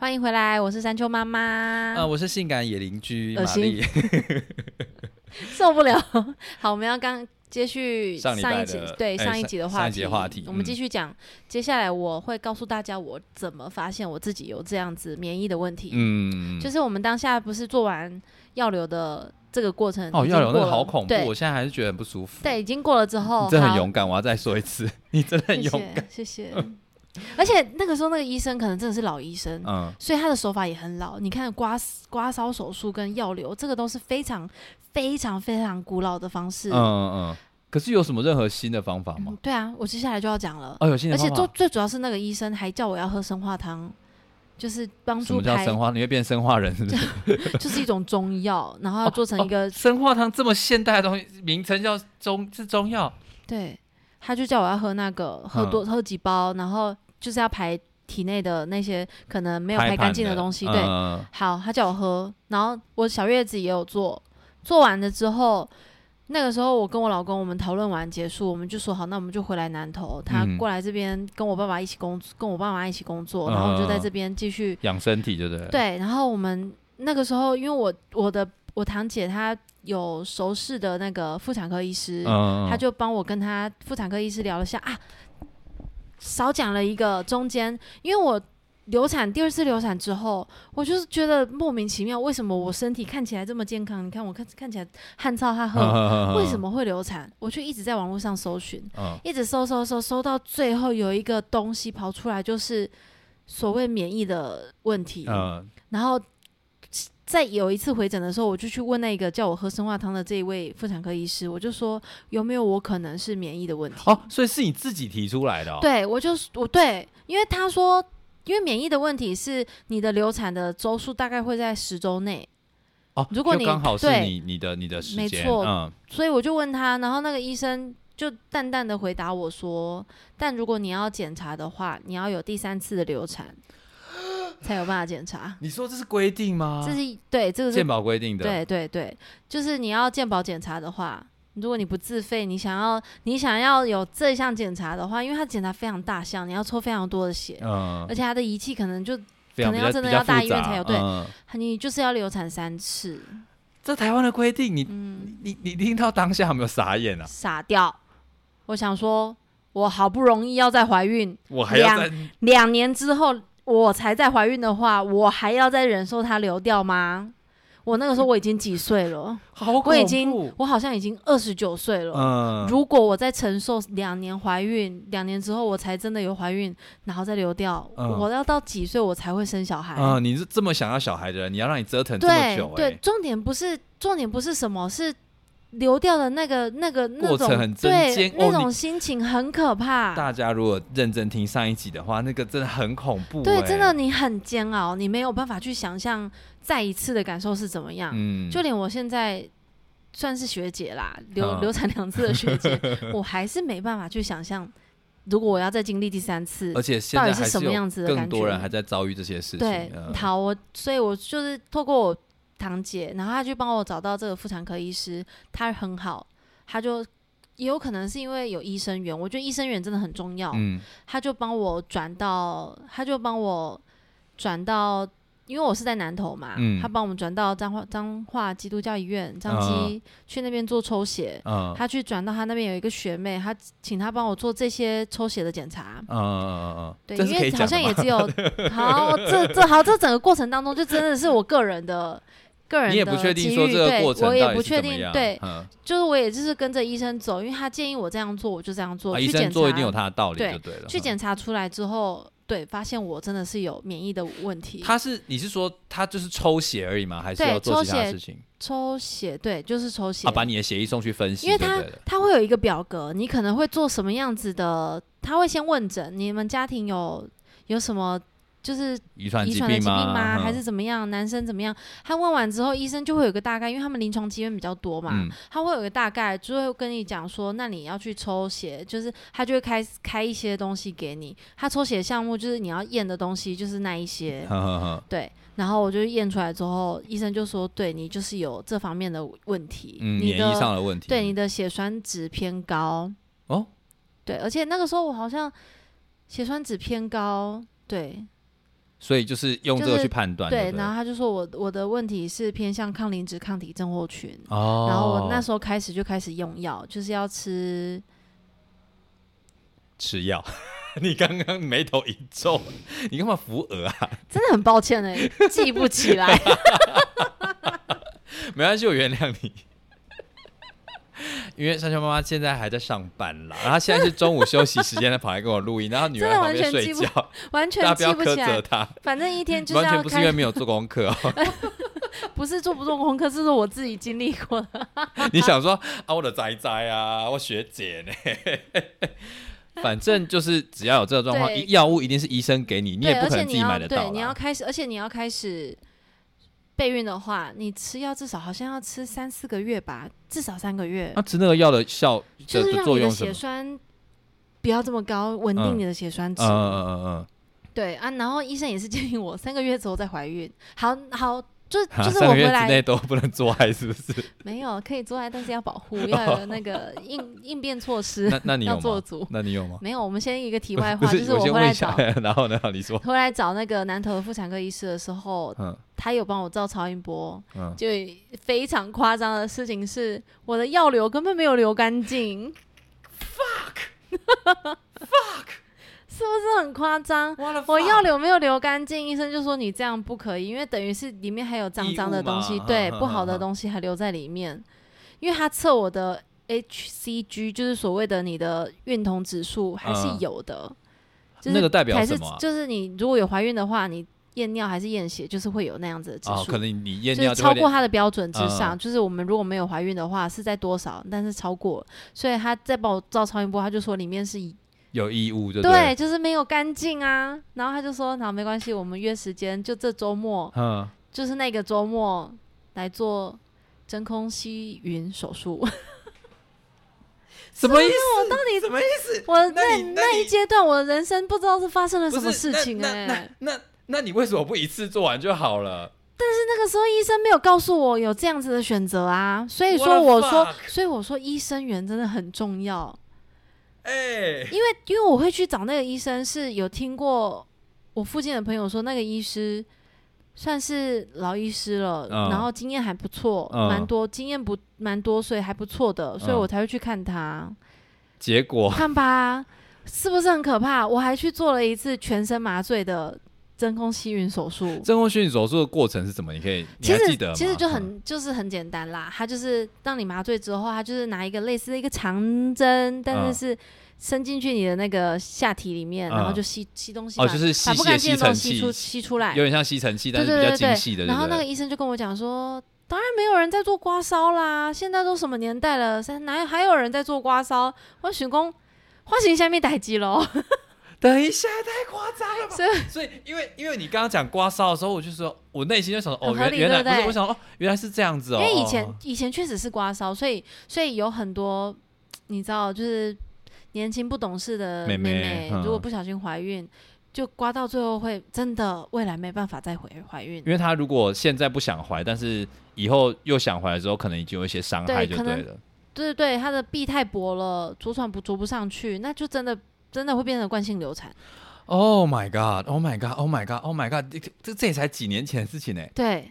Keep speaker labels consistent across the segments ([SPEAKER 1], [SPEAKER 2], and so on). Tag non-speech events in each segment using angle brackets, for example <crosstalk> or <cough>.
[SPEAKER 1] 欢迎回来，我是山丘妈妈。
[SPEAKER 2] 啊，我是性感野邻居
[SPEAKER 1] 恶
[SPEAKER 2] 玛
[SPEAKER 1] <laughs>
[SPEAKER 2] 丽，
[SPEAKER 1] 受不了。 <laughs> 好，我们要刚接续
[SPEAKER 2] 上礼
[SPEAKER 1] 一
[SPEAKER 2] 拜
[SPEAKER 1] 集
[SPEAKER 2] 的，
[SPEAKER 1] 对
[SPEAKER 2] 哎
[SPEAKER 1] 上一
[SPEAKER 2] 上
[SPEAKER 1] 集的话题，
[SPEAKER 2] 上一集的话题
[SPEAKER 1] 我们继
[SPEAKER 2] 嗯
[SPEAKER 1] 续讲。接下来我会告诉大家我怎么发现我自己有这样子免疫的问题。
[SPEAKER 2] 嗯，
[SPEAKER 1] 就是我们当下不是做完药流的这个过程
[SPEAKER 2] 哦，
[SPEAKER 1] 已经
[SPEAKER 2] 要有那
[SPEAKER 1] 过
[SPEAKER 2] 个
[SPEAKER 1] 了
[SPEAKER 2] 好恐怖，我
[SPEAKER 1] 对
[SPEAKER 2] 现在还是觉得很不舒服。
[SPEAKER 1] 对，已经过了之后，
[SPEAKER 2] 你真的很
[SPEAKER 1] 好
[SPEAKER 2] 勇敢，我要再说一次， <laughs> 你真的很勇敢。
[SPEAKER 1] 谢谢，谢 <laughs> 谢。而且那个时候那个医生可能真的是老医生，
[SPEAKER 2] 嗯，
[SPEAKER 1] 所以他的手法也很老。你看刮刮痧手术跟药流，这个都是非常非常非常古老的方式。
[SPEAKER 2] 嗯嗯嗯。可是有什么任何新的方法吗
[SPEAKER 1] 嗯？对啊，我接下来就要讲了。
[SPEAKER 2] 哦，有新
[SPEAKER 1] 而
[SPEAKER 2] 的
[SPEAKER 1] 且
[SPEAKER 2] 方
[SPEAKER 1] 最
[SPEAKER 2] 法。
[SPEAKER 1] 最主要是那个医生还叫我要喝生化汤，就是帮
[SPEAKER 2] 什
[SPEAKER 1] 助
[SPEAKER 2] 么叫
[SPEAKER 1] 排，
[SPEAKER 2] 生化？你会变生化人是不是？
[SPEAKER 1] 就是一种中药，然
[SPEAKER 2] 哦
[SPEAKER 1] 后要做成一个、
[SPEAKER 2] <laughs> 生化汤这么现代的东西，名称叫中是中药。
[SPEAKER 1] 对，他就叫我要喝那个，喝
[SPEAKER 2] 嗯
[SPEAKER 1] 多、喝几包，然后就是要排体内的那些可能没有排干净的东西，对。
[SPEAKER 2] 嗯
[SPEAKER 1] 好，他叫我喝，然后我小月子也有做，做完了之后，那个时候我跟我老公我们讨论完结束，我们就说好，那我们就回来南投，他
[SPEAKER 2] 嗯
[SPEAKER 1] 过来这边跟我爸爸一起工，跟我爸妈一起工作，然后我就在
[SPEAKER 2] 嗯嗯嗯
[SPEAKER 1] 这边继续
[SPEAKER 2] 养身体，对不对？，
[SPEAKER 1] 对，然后我们那个时候因为我我的我堂姐她有熟识的那个妇产科医师，
[SPEAKER 2] 嗯，
[SPEAKER 1] 他就帮我跟他妇产科医师聊了一下啊，少讲了一个中间，因为我流产第二次流产之后，我就是觉得莫名其妙，为什么我身体看起来这么健康？你看我看看起来汗臭汗
[SPEAKER 2] <laughs> 嗯
[SPEAKER 1] 黑，
[SPEAKER 2] 嗯
[SPEAKER 1] 为什？么会流产？我就一直在网络上搜寻，
[SPEAKER 2] 嗯
[SPEAKER 1] 一直搜搜搜，搜到最后有一个东西跑出来，就是所谓免疫的问题。
[SPEAKER 2] 嗯
[SPEAKER 1] 然后在有一次回诊的时候，我就去问那个叫我喝生化汤的这一位妇产科医师，我就说有没有我可能是免疫的问题？
[SPEAKER 2] 哦，所以是你自己提出来的哦。
[SPEAKER 1] 对我就是我对，因为他说。因为免疫的问题是你的流产的周数大概会在十周内，
[SPEAKER 2] 哦，
[SPEAKER 1] 如果
[SPEAKER 2] 就
[SPEAKER 1] 你
[SPEAKER 2] 刚好是
[SPEAKER 1] 对
[SPEAKER 2] 你你的你的时
[SPEAKER 1] 没
[SPEAKER 2] 间，
[SPEAKER 1] 错
[SPEAKER 2] 嗯
[SPEAKER 1] 所以我就问他，然后那个医生就淡淡的回答我说：“但如果你要检查的话，你要有第三次的流产才有办法检查。
[SPEAKER 2] 你说这是规定吗
[SPEAKER 1] 这是对，这个是
[SPEAKER 2] 健保规定的，
[SPEAKER 1] 对对对，就是你要健保检查的话，如果你不自费，你想要你想要有这项检查的话，因为它检查非常大项，你要抽非常多的血，
[SPEAKER 2] 嗯，
[SPEAKER 1] 而且它的仪器可能就
[SPEAKER 2] 非常
[SPEAKER 1] 可能
[SPEAKER 2] 比
[SPEAKER 1] 要
[SPEAKER 2] 较
[SPEAKER 1] 真的
[SPEAKER 2] 比较
[SPEAKER 1] 要大
[SPEAKER 2] 复
[SPEAKER 1] 医院
[SPEAKER 2] 杂
[SPEAKER 1] 才有对
[SPEAKER 2] 嗯
[SPEAKER 1] 你就是要流产三次，
[SPEAKER 2] 这台湾的规定，你
[SPEAKER 1] 嗯
[SPEAKER 2] 你你你听到当下有没有傻眼啊？
[SPEAKER 1] 傻掉。我想说，我好不容易要再怀孕，
[SPEAKER 2] 我还要
[SPEAKER 1] 两
[SPEAKER 2] 在
[SPEAKER 1] 两年之后我才再怀孕的话，我还要再忍受它流掉吗？我那个时候我已经几岁了，
[SPEAKER 2] 好恐怖
[SPEAKER 1] 我已经我好像已经二十九岁了，
[SPEAKER 2] 嗯，
[SPEAKER 1] 如果我再承受两年怀孕，两年之后我才真的有怀孕，然后再流掉，
[SPEAKER 2] 嗯
[SPEAKER 1] 我要到几岁我才会生小孩？
[SPEAKER 2] 嗯，你是这么想要小孩的人，你要让你折腾这么
[SPEAKER 1] 对
[SPEAKER 2] 久，
[SPEAKER 1] 对
[SPEAKER 2] 哎，，
[SPEAKER 1] 重点不是重点不是什么，是流掉的那个那个那
[SPEAKER 2] 过
[SPEAKER 1] 种
[SPEAKER 2] 程很针
[SPEAKER 1] 对
[SPEAKER 2] 尖哦
[SPEAKER 1] 那
[SPEAKER 2] 你
[SPEAKER 1] 种心情很可怕。
[SPEAKER 2] 大家如果认真听上一集的话，那个真的很恐怖，
[SPEAKER 1] 对，
[SPEAKER 2] 哎
[SPEAKER 1] 真的，你很煎熬，你没有办法去想象再一次的感受是怎么样。
[SPEAKER 2] 嗯，
[SPEAKER 1] 就连我现在算是学姐啦，流、
[SPEAKER 2] 嗯
[SPEAKER 1] 流产两次的学
[SPEAKER 2] <laughs>
[SPEAKER 1] 姐，我还是没办法去想象，如果我要再经历第三次
[SPEAKER 2] 而，且现
[SPEAKER 1] 到
[SPEAKER 2] 在
[SPEAKER 1] 底
[SPEAKER 2] 还
[SPEAKER 1] 是什么
[SPEAKER 2] 有
[SPEAKER 1] 样子的
[SPEAKER 2] 更
[SPEAKER 1] 感
[SPEAKER 2] 多
[SPEAKER 1] 觉
[SPEAKER 2] 人还在遭遇这些事情，
[SPEAKER 1] 对
[SPEAKER 2] 嗯，
[SPEAKER 1] 好，我所以，我就是透过我堂姐，然后她去帮我找到这个妇产科医师，她很好，她就也有可能是因为有医生缘，我觉得医生缘真的很重要，
[SPEAKER 2] 嗯
[SPEAKER 1] 她就帮我转到，她就帮我转到。因为我是在南投嘛，
[SPEAKER 2] 嗯啊
[SPEAKER 1] 她帮我们转到彰化彰化基督教医院，彰基、去那边做抽血，
[SPEAKER 2] 嗯
[SPEAKER 1] 她去转到她那边有一个学妹，她请她帮我做这些抽血的检查。
[SPEAKER 2] 嗯嗯嗯嗯，
[SPEAKER 1] 对，
[SPEAKER 2] 这
[SPEAKER 1] 因
[SPEAKER 2] 是可
[SPEAKER 1] 为
[SPEAKER 2] 以
[SPEAKER 1] 好
[SPEAKER 2] 讲
[SPEAKER 1] 像
[SPEAKER 2] 的
[SPEAKER 1] 也
[SPEAKER 2] 吗？
[SPEAKER 1] 只有
[SPEAKER 2] <laughs>
[SPEAKER 1] 好，这这好，这整个过程当中，就真的是我个人的个人的
[SPEAKER 2] 你也不确定说
[SPEAKER 1] 机遇
[SPEAKER 2] 这个
[SPEAKER 1] 对
[SPEAKER 2] 过程
[SPEAKER 1] 我
[SPEAKER 2] 到
[SPEAKER 1] 也
[SPEAKER 2] 底
[SPEAKER 1] 不
[SPEAKER 2] 是
[SPEAKER 1] 确
[SPEAKER 2] 怎么
[SPEAKER 1] 定
[SPEAKER 2] 样，，
[SPEAKER 1] 对，
[SPEAKER 2] 嗯，
[SPEAKER 1] 就是我也就是跟着医生走，因为他建议我这样做，我就这样做。
[SPEAKER 2] 啊
[SPEAKER 1] 去
[SPEAKER 2] 医
[SPEAKER 1] 检
[SPEAKER 2] 生
[SPEAKER 1] 查
[SPEAKER 2] 做一定有他的道理，
[SPEAKER 1] 对
[SPEAKER 2] 就对了，
[SPEAKER 1] 去
[SPEAKER 2] 嗯
[SPEAKER 1] 检查出来之后，对，发现我真的是有免疫的问题。
[SPEAKER 2] 他是你是说他就是抽血而已吗？还是
[SPEAKER 1] 对
[SPEAKER 2] 要做其
[SPEAKER 1] 抽
[SPEAKER 2] 他
[SPEAKER 1] 血
[SPEAKER 2] 事情
[SPEAKER 1] 抽血，对，就是抽血，
[SPEAKER 2] 啊？把你的血液送去分析，
[SPEAKER 1] 因为
[SPEAKER 2] 对
[SPEAKER 1] 他
[SPEAKER 2] 不对了
[SPEAKER 1] 他会有一个表格，你可能会做什么样子的，他会先问诊，你们家庭有有什么就是
[SPEAKER 2] 遗传
[SPEAKER 1] 遗
[SPEAKER 2] 疾
[SPEAKER 1] 传的疾病
[SPEAKER 2] 吗？
[SPEAKER 1] 吗？
[SPEAKER 2] 嗯
[SPEAKER 1] 还是怎么样？男生怎么样？他问完之后，医生就会有个大概，因为他们临床经验比较多嘛，
[SPEAKER 2] 嗯
[SPEAKER 1] 他会有个大概，就会跟你讲说，那你要去抽血，就是他就会开开一些东西给你。他抽血项目就是你要验的东西，就是那一些。
[SPEAKER 2] 呵呵呵，
[SPEAKER 1] 对，然后我就验出来之后，医生就说，对你就是有这方面的问题，
[SPEAKER 2] 嗯，
[SPEAKER 1] 你
[SPEAKER 2] 免
[SPEAKER 1] 的
[SPEAKER 2] 疫上的问题，
[SPEAKER 1] 对你的血栓值偏高。
[SPEAKER 2] 哦，
[SPEAKER 1] 对，而且那个时候我好像血栓值偏高，对，
[SPEAKER 2] 所以就是用这
[SPEAKER 1] 就
[SPEAKER 2] 个
[SPEAKER 1] 是
[SPEAKER 2] 去判断，
[SPEAKER 1] 对，
[SPEAKER 2] 不
[SPEAKER 1] 然后他就说我我的问题是偏向抗磷脂抗体症候群，
[SPEAKER 2] 哦，
[SPEAKER 1] 然后我那时候开始就开始用药，就是要吃，
[SPEAKER 2] 吃药。 <laughs> 你刚刚眉头一皱， <laughs> 你干嘛扶额啊？
[SPEAKER 1] 真的很抱歉哎、记不起
[SPEAKER 2] <laughs>
[SPEAKER 1] 来。
[SPEAKER 2] 没关系，我原谅你。 <laughs> 因为山丘妈妈现在还在上班啦，然后她现在是中午休息时间，她跑来跟我录音，然后女儿
[SPEAKER 1] 真的
[SPEAKER 2] 在旁
[SPEAKER 1] 完
[SPEAKER 2] 边
[SPEAKER 1] 全
[SPEAKER 2] 睡
[SPEAKER 1] 记不
[SPEAKER 2] 觉，
[SPEAKER 1] 完全
[SPEAKER 2] <laughs> 大家不
[SPEAKER 1] 记
[SPEAKER 2] 要
[SPEAKER 1] 不
[SPEAKER 2] 苛
[SPEAKER 1] 起
[SPEAKER 2] 责
[SPEAKER 1] 来，
[SPEAKER 2] 她，
[SPEAKER 1] 反正一
[SPEAKER 2] <laughs>
[SPEAKER 1] 天就是
[SPEAKER 2] 完
[SPEAKER 1] 要
[SPEAKER 2] 全不是因为
[SPEAKER 1] 开。
[SPEAKER 2] 没有做功课
[SPEAKER 1] <laughs>
[SPEAKER 2] 哦。
[SPEAKER 1] 不是做不做功课，这是我自己经历
[SPEAKER 2] <laughs>
[SPEAKER 1] 过的。
[SPEAKER 2] 你想说啊，我的仔仔啊，我学姐呢？ <laughs> 反正就是只要有这个状况，
[SPEAKER 1] 对
[SPEAKER 2] 药物一定是医生给你，你也
[SPEAKER 1] 对，
[SPEAKER 2] 不
[SPEAKER 1] 而
[SPEAKER 2] 可
[SPEAKER 1] 且
[SPEAKER 2] 能自
[SPEAKER 1] 你
[SPEAKER 2] 己买
[SPEAKER 1] 要
[SPEAKER 2] 得
[SPEAKER 1] 对，
[SPEAKER 2] 到
[SPEAKER 1] 你要
[SPEAKER 2] 啦。
[SPEAKER 1] 开始，而且你要开始备孕的话，你吃药至少好像要吃三四个月吧，至少三个月，
[SPEAKER 2] 那吃那个药的效
[SPEAKER 1] 就
[SPEAKER 2] 的
[SPEAKER 1] 是
[SPEAKER 2] 的
[SPEAKER 1] 让
[SPEAKER 2] 啊作
[SPEAKER 1] 你
[SPEAKER 2] 用
[SPEAKER 1] 的
[SPEAKER 2] 是什
[SPEAKER 1] 血
[SPEAKER 2] 么？
[SPEAKER 1] 栓不要这么高，稳定你的血栓值。
[SPEAKER 2] 嗯嗯嗯嗯
[SPEAKER 1] 对啊，然后医生也是建议我三个月之后再怀孕。好好，就
[SPEAKER 2] 嗯，
[SPEAKER 1] 就是
[SPEAKER 2] 三
[SPEAKER 1] 我
[SPEAKER 2] 个
[SPEAKER 1] 回
[SPEAKER 2] 月之内
[SPEAKER 1] 来
[SPEAKER 2] 都不能做爱，是不是？
[SPEAKER 1] <laughs> 没有可以做爱，但是要保
[SPEAKER 2] <laughs>
[SPEAKER 1] 护，要有那个应应变措施，
[SPEAKER 2] 哦那那你
[SPEAKER 1] 要
[SPEAKER 2] 有
[SPEAKER 1] 做
[SPEAKER 2] 吗？
[SPEAKER 1] 足。
[SPEAKER 2] 那你有吗？
[SPEAKER 1] 没有，我们先一
[SPEAKER 2] <laughs>
[SPEAKER 1] 个题
[SPEAKER 2] 不
[SPEAKER 1] 外
[SPEAKER 2] 不，
[SPEAKER 1] 话，就是是我
[SPEAKER 2] 先
[SPEAKER 1] 回
[SPEAKER 2] 问
[SPEAKER 1] 来
[SPEAKER 2] 一下 <laughs>
[SPEAKER 1] 找，
[SPEAKER 2] 然后呢？你说，
[SPEAKER 1] 回来找那个南投的妇产科医师的时候，
[SPEAKER 2] 嗯
[SPEAKER 1] 他有帮我照超音波，
[SPEAKER 2] 嗯，
[SPEAKER 1] 就非常夸张的事情是，我的药流根本没有流干净。Fuck，fuck，是不是很夸张？我药流没有流干净，医生就说你这样不可以，因为等于是里面还有脏脏的东
[SPEAKER 2] 异
[SPEAKER 1] 西
[SPEAKER 2] 物嘛，
[SPEAKER 1] 对，
[SPEAKER 2] 哼哼
[SPEAKER 1] 不好的
[SPEAKER 2] 哼
[SPEAKER 1] 东西还留在里面。因为他测我的 HCG，就是所谓的你的孕酮指数，还是
[SPEAKER 2] 嗯
[SPEAKER 1] 有的。就是
[SPEAKER 2] 那个代表
[SPEAKER 1] 还
[SPEAKER 2] 什
[SPEAKER 1] 是
[SPEAKER 2] 么啊？
[SPEAKER 1] 就是你如果有怀孕的话，你验尿还是验血，就是会有那样子的指
[SPEAKER 2] 哦，
[SPEAKER 1] 数，
[SPEAKER 2] 可能你验
[SPEAKER 1] 就
[SPEAKER 2] 尿
[SPEAKER 1] 是
[SPEAKER 2] 就会
[SPEAKER 1] 超过
[SPEAKER 2] 连
[SPEAKER 1] 它的标准之
[SPEAKER 2] 嗯
[SPEAKER 1] 上。就是我们如果没有怀孕的话，是在多少，但是超过，所以他再帮我照超音波，他就说里面是
[SPEAKER 2] 有异物，对不
[SPEAKER 1] 对，？就是没有干净啊。然后他就说，那没关系，我们约时间，就这周末，
[SPEAKER 2] 嗯，
[SPEAKER 1] 就是那个周末来做真空吸吮手术。 <laughs>
[SPEAKER 2] 什么意思？
[SPEAKER 1] 到底
[SPEAKER 2] 什么意思？
[SPEAKER 1] 我
[SPEAKER 2] 那
[SPEAKER 1] 那
[SPEAKER 2] 你那
[SPEAKER 1] 那一
[SPEAKER 2] 你
[SPEAKER 1] 阶段，我的人生不知道是发生了
[SPEAKER 2] 不
[SPEAKER 1] 什么
[SPEAKER 2] 是
[SPEAKER 1] 事
[SPEAKER 2] 那
[SPEAKER 1] 情
[SPEAKER 2] 那
[SPEAKER 1] 哎、
[SPEAKER 2] 那那那你为什么不一次做完就好了？
[SPEAKER 1] 那个时候医生没有告诉我有这样子的选择啊，所以
[SPEAKER 2] What
[SPEAKER 1] 说
[SPEAKER 2] the
[SPEAKER 1] 我说
[SPEAKER 2] fuck？
[SPEAKER 1] 所以我说医生缘真的很重要，
[SPEAKER 2] 哎，
[SPEAKER 1] 因为因为我会去找那个医生，是有听过我附近的朋友说那个医师算是老医师了，
[SPEAKER 2] 嗯
[SPEAKER 1] 然后经验还不错，
[SPEAKER 2] 嗯
[SPEAKER 1] 蛮多经验不蛮多，所以还不错的，所以
[SPEAKER 2] 嗯
[SPEAKER 1] 我才会去看他。
[SPEAKER 2] 结果
[SPEAKER 1] 看吧，是不是很可怕？我还去做了一次全身麻醉的真空吸吮手术。
[SPEAKER 2] 真空吸吮手术的过程是怎么？你可以，你
[SPEAKER 1] 其
[SPEAKER 2] 还
[SPEAKER 1] 实
[SPEAKER 2] 记得吗？
[SPEAKER 1] 其实就
[SPEAKER 2] 嗯
[SPEAKER 1] 很就是很简单啦，它就是当你麻醉之后，它就是拿一个类似的一个长针，但
[SPEAKER 2] 嗯
[SPEAKER 1] 是是伸进去你的那个下体里面，
[SPEAKER 2] 嗯
[SPEAKER 1] 然后就吸吸东西，
[SPEAKER 2] 哦，
[SPEAKER 1] 把
[SPEAKER 2] 就是吸
[SPEAKER 1] 啊把不
[SPEAKER 2] 血
[SPEAKER 1] 干净的
[SPEAKER 2] 吸
[SPEAKER 1] 东
[SPEAKER 2] 尘
[SPEAKER 1] 西
[SPEAKER 2] 器
[SPEAKER 1] 吸，出吸出来。
[SPEAKER 2] 有点像吸尘器，但
[SPEAKER 1] 对
[SPEAKER 2] 是比
[SPEAKER 1] 对
[SPEAKER 2] 较
[SPEAKER 1] 对
[SPEAKER 2] 精细
[SPEAKER 1] 对
[SPEAKER 2] 的。
[SPEAKER 1] 然后
[SPEAKER 2] 对不
[SPEAKER 1] 那个
[SPEAKER 2] 对
[SPEAKER 1] 医生就跟我讲说，当然没有人在做刮痧啦，现在都什么年代了，现在哪有还有人在做刮痧？我想讲，花型下面逮鸡喽。
[SPEAKER 2] 等一下，太夸张了吧
[SPEAKER 1] 所？
[SPEAKER 2] 所以，因为因为你刚刚讲刮痧的时候，我就说，我内心就想说，哦，
[SPEAKER 1] 很合
[SPEAKER 2] 原
[SPEAKER 1] 理
[SPEAKER 2] 原
[SPEAKER 1] 对
[SPEAKER 2] 来
[SPEAKER 1] 不
[SPEAKER 2] 不是，
[SPEAKER 1] 对
[SPEAKER 2] 我想说哦，原来是这样子哦。
[SPEAKER 1] 因为以
[SPEAKER 2] 哦
[SPEAKER 1] 前
[SPEAKER 2] 哦
[SPEAKER 1] 以前确实是刮痧，所以所以有很多你知道，就是年轻不懂事的
[SPEAKER 2] 妹
[SPEAKER 1] 妹
[SPEAKER 2] 妹嗯
[SPEAKER 1] 如果不小心怀孕，就刮到最后会真的未来没办法再回怀孕。
[SPEAKER 2] 因为他如果现在不想怀，但是以后又想怀的时候，可能已经有一些伤
[SPEAKER 1] 对
[SPEAKER 2] 害就
[SPEAKER 1] 可能
[SPEAKER 2] 对了。
[SPEAKER 1] 对对对，她的壁太薄了，着床不着不上去，那就真的真的会变成惯性流产。
[SPEAKER 2] Oh my god! Oh my god! Oh my god! Oh my god! 这这这也才几年前的事情呢，
[SPEAKER 1] 对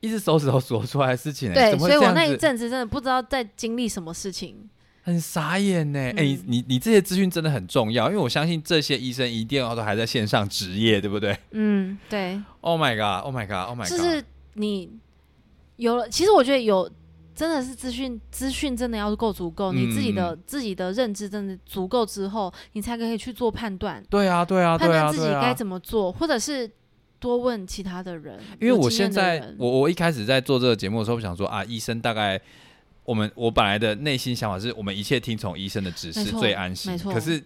[SPEAKER 2] 一只手指头数得出来的事情呢，
[SPEAKER 1] 对，
[SPEAKER 2] 怎么
[SPEAKER 1] 所
[SPEAKER 2] 会
[SPEAKER 1] 以
[SPEAKER 2] 这
[SPEAKER 1] 我
[SPEAKER 2] 样
[SPEAKER 1] 那一
[SPEAKER 2] 子？
[SPEAKER 1] 阵子真的不知道在经历什么事情。
[SPEAKER 2] 很傻眼呢。哎、
[SPEAKER 1] 嗯
[SPEAKER 2] 你你你这些资讯真的很重要，因为我相信这些医生一定要都还在线上职业，对不对
[SPEAKER 1] 嗯，对。
[SPEAKER 2] ？Oh my god! Oh my god! Oh my god!
[SPEAKER 1] 就是你有了，其实我觉得有，真的是资讯资讯真的要够足够，你自己
[SPEAKER 2] 嗯
[SPEAKER 1] 的自己的认知真的足够之后，你才可以去做判断，
[SPEAKER 2] 对啊，对啊，
[SPEAKER 1] 判
[SPEAKER 2] 对啊，
[SPEAKER 1] 断自己
[SPEAKER 2] 对啊。
[SPEAKER 1] 该怎么做，或者是多问其他的人，
[SPEAKER 2] 因为
[SPEAKER 1] 有
[SPEAKER 2] 我
[SPEAKER 1] 经
[SPEAKER 2] 现
[SPEAKER 1] 验的
[SPEAKER 2] 在
[SPEAKER 1] 人
[SPEAKER 2] 我我一开始在做这个节目的时候，我想说啊，医生大概我们我本来的内心想法是我们一切听从医生的指示
[SPEAKER 1] 没错
[SPEAKER 2] 最安心
[SPEAKER 1] 没，错
[SPEAKER 2] 可是。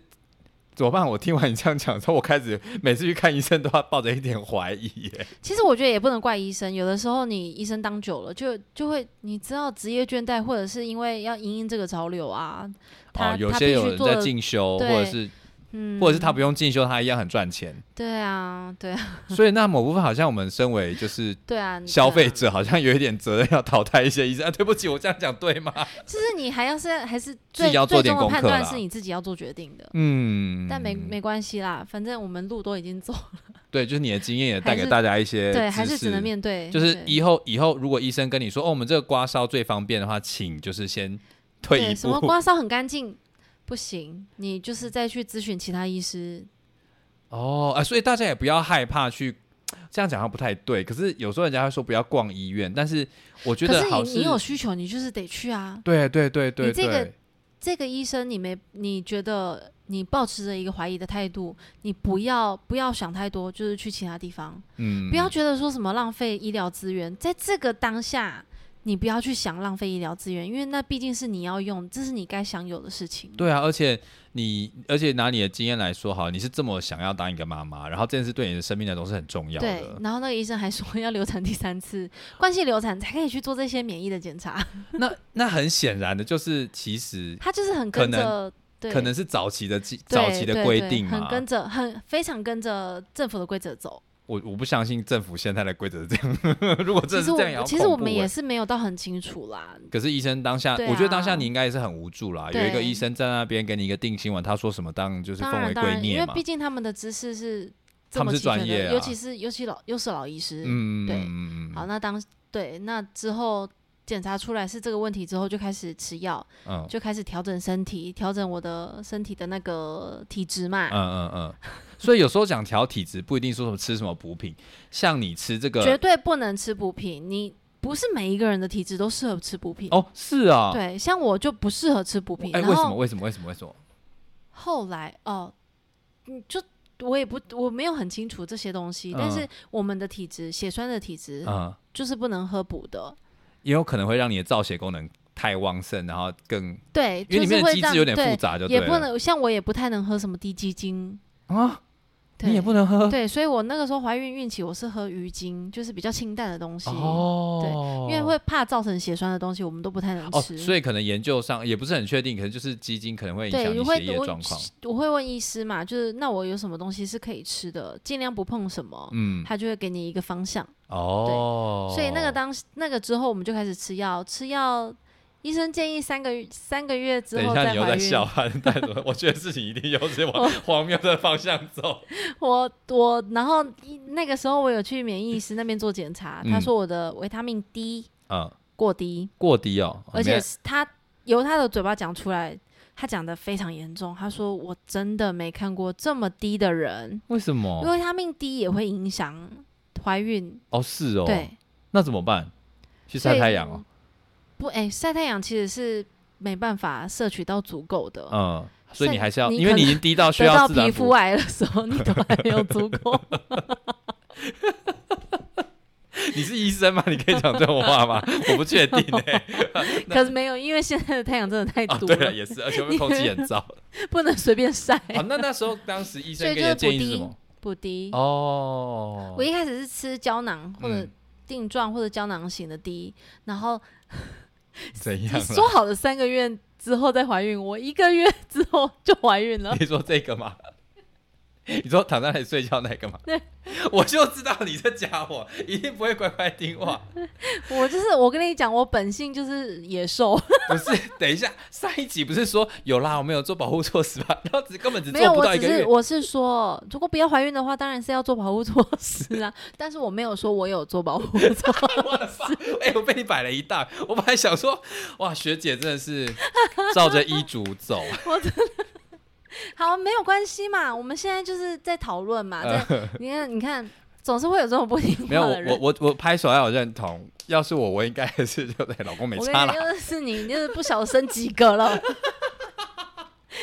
[SPEAKER 2] 怎么办？我听完你这样讲之后，我开始每次去看医生都要抱着一点怀疑耶。
[SPEAKER 1] 其实我觉得也不能怪医生，有的时候你医生当久了，就就会你知道职业倦怠，或者是因为要迎应这个潮流啊，他、
[SPEAKER 2] 哦，有
[SPEAKER 1] 他
[SPEAKER 2] 些
[SPEAKER 1] 必
[SPEAKER 2] 有
[SPEAKER 1] 须
[SPEAKER 2] 人
[SPEAKER 1] 做
[SPEAKER 2] 在
[SPEAKER 1] 的
[SPEAKER 2] 进修，或
[SPEAKER 1] 对
[SPEAKER 2] 者是
[SPEAKER 1] 嗯，
[SPEAKER 2] 或者是他不用进修，他一样很赚钱。
[SPEAKER 1] 对啊，对啊，
[SPEAKER 2] 所以那某部分好像我们身为就是
[SPEAKER 1] 对啊，
[SPEAKER 2] 消
[SPEAKER 1] 对
[SPEAKER 2] 费
[SPEAKER 1] 啊
[SPEAKER 2] 者，好像有一点责任要淘汰一些医生。啊、对不起，我这样讲对吗？
[SPEAKER 1] 就是你还要是还是最
[SPEAKER 2] 要做
[SPEAKER 1] 最
[SPEAKER 2] 点
[SPEAKER 1] 终的
[SPEAKER 2] 功
[SPEAKER 1] 判
[SPEAKER 2] 课
[SPEAKER 1] 断
[SPEAKER 2] 啦
[SPEAKER 1] 是你自己要做决定的，
[SPEAKER 2] 嗯，
[SPEAKER 1] 但没没关系啦，反正我们路都已经走，了，
[SPEAKER 2] 对，就是你的经验也带
[SPEAKER 1] 还
[SPEAKER 2] 给
[SPEAKER 1] 是
[SPEAKER 2] 大家一些
[SPEAKER 1] 对，还
[SPEAKER 2] 知
[SPEAKER 1] 是只能
[SPEAKER 2] 识
[SPEAKER 1] 面对，
[SPEAKER 2] 就是
[SPEAKER 1] 对
[SPEAKER 2] 以后以后如果医生跟你说哦，我们这个刮痧最方便的话，请就是先退
[SPEAKER 1] 对
[SPEAKER 2] 一
[SPEAKER 1] 什么
[SPEAKER 2] 步。
[SPEAKER 1] 刮痧很干净，不行，你就是再去咨询其他医师，
[SPEAKER 2] 哦，啊，所以大家也不要害怕去。这样讲好像不太对，可是有时候人家会说不要逛医院，但是我觉
[SPEAKER 1] 可
[SPEAKER 2] 得
[SPEAKER 1] 是
[SPEAKER 2] 好
[SPEAKER 1] 你你有需求，你就是得去啊。
[SPEAKER 2] 对对对对
[SPEAKER 1] 你这个
[SPEAKER 2] 对
[SPEAKER 1] 这个医生你没你觉得你保持着一个怀疑的态度，你不要不要想太多，就是去其他地方，
[SPEAKER 2] 嗯，
[SPEAKER 1] 不要觉得说什么浪费医疗资源，在这个当下。你不要去想浪费医疗资源，因为那毕竟是你要用，这是你该享有的事情。
[SPEAKER 2] 对啊，而且你，而且拿你的经验来说，好，你是这么想要当一个妈妈，然后这件事对你的生命来说是很重要
[SPEAKER 1] 对
[SPEAKER 2] 的。
[SPEAKER 1] 然后那个医生还说要流产第三次，关系流产才可以去做这些免疫的检查。
[SPEAKER 2] 那那很显然的就是，其实
[SPEAKER 1] 他就是很
[SPEAKER 2] 可
[SPEAKER 1] 跟
[SPEAKER 2] 能
[SPEAKER 1] 着，对，
[SPEAKER 2] 可能是早期的记
[SPEAKER 1] 对
[SPEAKER 2] 早期的
[SPEAKER 1] 对
[SPEAKER 2] 规
[SPEAKER 1] 对
[SPEAKER 2] 定
[SPEAKER 1] 很
[SPEAKER 2] 嘛。
[SPEAKER 1] 跟着，很非常跟着政府的规则走。
[SPEAKER 2] 我我不相信政府现在的规则是这样， <laughs> 如果真
[SPEAKER 1] 其
[SPEAKER 2] 的
[SPEAKER 1] 实
[SPEAKER 2] 是这样也
[SPEAKER 1] 我
[SPEAKER 2] 要
[SPEAKER 1] 其实我
[SPEAKER 2] 恐怖
[SPEAKER 1] 们也
[SPEAKER 2] 欸
[SPEAKER 1] 是没有到很清楚啦，
[SPEAKER 2] 可是医生当下，
[SPEAKER 1] 对
[SPEAKER 2] 我觉得当
[SPEAKER 1] 啊
[SPEAKER 2] 下你应该也是很无助啦。有一个
[SPEAKER 1] 对
[SPEAKER 2] 医生在那边给你一个定心丸，他说什么当然就是
[SPEAKER 1] 当
[SPEAKER 2] 奉
[SPEAKER 1] 然
[SPEAKER 2] 为
[SPEAKER 1] 当
[SPEAKER 2] 圭
[SPEAKER 1] 然，因
[SPEAKER 2] 臬
[SPEAKER 1] 为
[SPEAKER 2] 嘛。
[SPEAKER 1] 毕竟他们的知识是这
[SPEAKER 2] 他们
[SPEAKER 1] 么
[SPEAKER 2] 是
[SPEAKER 1] 齐全
[SPEAKER 2] 专业
[SPEAKER 1] 的，
[SPEAKER 2] 啊
[SPEAKER 1] 尤其是尤其老又是老医师。
[SPEAKER 2] 嗯，
[SPEAKER 1] 对
[SPEAKER 2] 嗯嗯
[SPEAKER 1] 好，那当对那之后检查出来是这个问题之后，就开始吃药，
[SPEAKER 2] 嗯
[SPEAKER 1] 就开始调整身体，调整我的身体的那个体质
[SPEAKER 2] 嗯
[SPEAKER 1] 嘛。
[SPEAKER 2] 嗯嗯。所以有时候讲调体质，不一定说什么吃什么补品，像你吃这个
[SPEAKER 1] 绝对不能吃补品，你不是每一个人的体质都适合吃补品。
[SPEAKER 2] 哦，是啊，
[SPEAKER 1] 对，像我就不适合吃补品。
[SPEAKER 2] 哎、
[SPEAKER 1] 然
[SPEAKER 2] 为什么？
[SPEAKER 1] 后
[SPEAKER 2] 为什么？为什么？为什么？
[SPEAKER 1] 后来哦，嗯，就我也不我没有很清楚这些东西，但
[SPEAKER 2] 嗯
[SPEAKER 1] 是我们的体质，血栓的体质、
[SPEAKER 2] 嗯，
[SPEAKER 1] 就是不能喝补的。
[SPEAKER 2] 也有可能会让你的造血功能太旺盛，然后更
[SPEAKER 1] 对，
[SPEAKER 2] 因
[SPEAKER 1] 就
[SPEAKER 2] 为里
[SPEAKER 1] 是
[SPEAKER 2] 面的
[SPEAKER 1] 会
[SPEAKER 2] 机
[SPEAKER 1] 让
[SPEAKER 2] 制有点复
[SPEAKER 1] 对，
[SPEAKER 2] 杂，就对
[SPEAKER 1] 也
[SPEAKER 2] 了
[SPEAKER 1] 不能像我也不太能喝什么低基精，
[SPEAKER 2] 啊，
[SPEAKER 1] 对，
[SPEAKER 2] 你也不能喝
[SPEAKER 1] 对，所以我那个时候怀孕孕期我是喝鱼精，就是比较清淡的东西，
[SPEAKER 2] 哦，
[SPEAKER 1] 因为会怕造成血栓的东西，我们都不太能
[SPEAKER 2] 哦，
[SPEAKER 1] 吃。
[SPEAKER 2] 所以可能研究上也不是很确定，可能就是基金可能会影响
[SPEAKER 1] 对，
[SPEAKER 2] 你
[SPEAKER 1] 我会
[SPEAKER 2] 血液
[SPEAKER 1] 我
[SPEAKER 2] 状况，
[SPEAKER 1] 我会问医师嘛，就是那我有什么东西是可以吃的，尽量不碰什么，
[SPEAKER 2] 嗯，
[SPEAKER 1] 他就会给你一个方向。
[SPEAKER 2] 哦，
[SPEAKER 1] 所以那个当时那个之后，我们就开始吃药，吃药，医生建议三个月三个月之
[SPEAKER 2] 等一
[SPEAKER 1] 后
[SPEAKER 2] 下
[SPEAKER 1] 再
[SPEAKER 2] 你又
[SPEAKER 1] 怀
[SPEAKER 2] 在
[SPEAKER 1] 孕。哦
[SPEAKER 2] 笑，但是我觉得事情一定又是往荒谬的方向走，
[SPEAKER 1] 我我然后一那个时候我有去免疫医师那边做检查，
[SPEAKER 2] 嗯
[SPEAKER 1] 他说我的维他命 D
[SPEAKER 2] 嗯，
[SPEAKER 1] 过低，
[SPEAKER 2] 过低哦，
[SPEAKER 1] 而且
[SPEAKER 2] 没
[SPEAKER 1] 是他由他的嘴巴讲出来，他讲的非常严重，他说我真的没看过这么低的人，
[SPEAKER 2] 为什
[SPEAKER 1] 因
[SPEAKER 2] 么？
[SPEAKER 1] 为维他命 D 也会影响怀孕，
[SPEAKER 2] 哦，是哦，
[SPEAKER 1] 对，
[SPEAKER 2] 那怎么办？去
[SPEAKER 1] 所
[SPEAKER 2] 晒
[SPEAKER 1] 以
[SPEAKER 2] 太阳哦，
[SPEAKER 1] 不哎、晒太阳其实是没办法摄取到足够的，
[SPEAKER 2] 嗯，所以你
[SPEAKER 1] 晒
[SPEAKER 2] 还是要，
[SPEAKER 1] 你
[SPEAKER 2] 因为
[SPEAKER 1] 可
[SPEAKER 2] 你已
[SPEAKER 1] 能
[SPEAKER 2] 经低到需
[SPEAKER 1] 得到
[SPEAKER 2] 要自然
[SPEAKER 1] 皮
[SPEAKER 2] 服
[SPEAKER 1] 肤啊癌的时候，你都还没有足
[SPEAKER 2] <laughs>
[SPEAKER 1] 够。
[SPEAKER 2] 你是医生吗？你可以讲这种
[SPEAKER 1] <laughs>
[SPEAKER 2] 话吗？我不确定哎、
[SPEAKER 1] 可是没有，因为现在的太阳真 <laughs> 的太
[SPEAKER 2] 啊，
[SPEAKER 1] 毒
[SPEAKER 2] 对
[SPEAKER 1] 了，
[SPEAKER 2] 了，也哦是，而且外面空气很糟。好，
[SPEAKER 1] 不能随便
[SPEAKER 2] <laughs>
[SPEAKER 1] 晒，
[SPEAKER 2] 那那时候当时医
[SPEAKER 1] 所
[SPEAKER 2] 生
[SPEAKER 1] 以
[SPEAKER 2] 给
[SPEAKER 1] 就
[SPEAKER 2] 你
[SPEAKER 1] 是补
[SPEAKER 2] 的建议是什
[SPEAKER 1] 滴
[SPEAKER 2] 么？
[SPEAKER 1] 补滴。
[SPEAKER 2] 哦
[SPEAKER 1] 我，一开始是吃胶囊或者
[SPEAKER 2] 嗯
[SPEAKER 1] 定状或者胶囊型的滴，然后
[SPEAKER 2] 怎样啊
[SPEAKER 1] 你
[SPEAKER 2] 啦？
[SPEAKER 1] 说好的三个月之后再怀孕，我一个月之后就怀孕
[SPEAKER 2] <laughs>
[SPEAKER 1] 了。
[SPEAKER 2] <laughs> 你说这个吗？你说躺在那里睡觉那个
[SPEAKER 1] <laughs>
[SPEAKER 2] 吗
[SPEAKER 1] 对？
[SPEAKER 2] 我就知道你这家伙一定不会乖乖听话。
[SPEAKER 1] 我就是我跟你讲，我本性就是野
[SPEAKER 2] <laughs>
[SPEAKER 1] 兽，
[SPEAKER 2] 不是，等一下，上一集不是说有啦，我们有做保护措施吧？然后只根本只
[SPEAKER 1] 没有，
[SPEAKER 2] 做不
[SPEAKER 1] 我
[SPEAKER 2] 到一
[SPEAKER 1] 只
[SPEAKER 2] 个
[SPEAKER 1] 是
[SPEAKER 2] 月。
[SPEAKER 1] 我是说，如果不要怀孕的话，当然是要做保护措施啊。但是我没有说我有做保护措施，<laughs>
[SPEAKER 2] 我的妈！哎、我被你摆了一道。我本来想说，哇，学姐真的是照着医嘱
[SPEAKER 1] <laughs>
[SPEAKER 2] 走。
[SPEAKER 1] 好，没有关系嘛。我们现在就是在讨论嘛，
[SPEAKER 2] 呃
[SPEAKER 1] 在你看，你看，总是会有这种不听
[SPEAKER 2] <laughs> 没有，
[SPEAKER 1] 话
[SPEAKER 2] 我
[SPEAKER 1] 的人
[SPEAKER 2] 我。我我拍手要有认同。要是我，我应该还是就对老公没
[SPEAKER 1] 我跟你
[SPEAKER 2] 差
[SPEAKER 1] 讲，
[SPEAKER 2] 啦。
[SPEAKER 1] 要是你，你就是不小生几个了。 <laughs>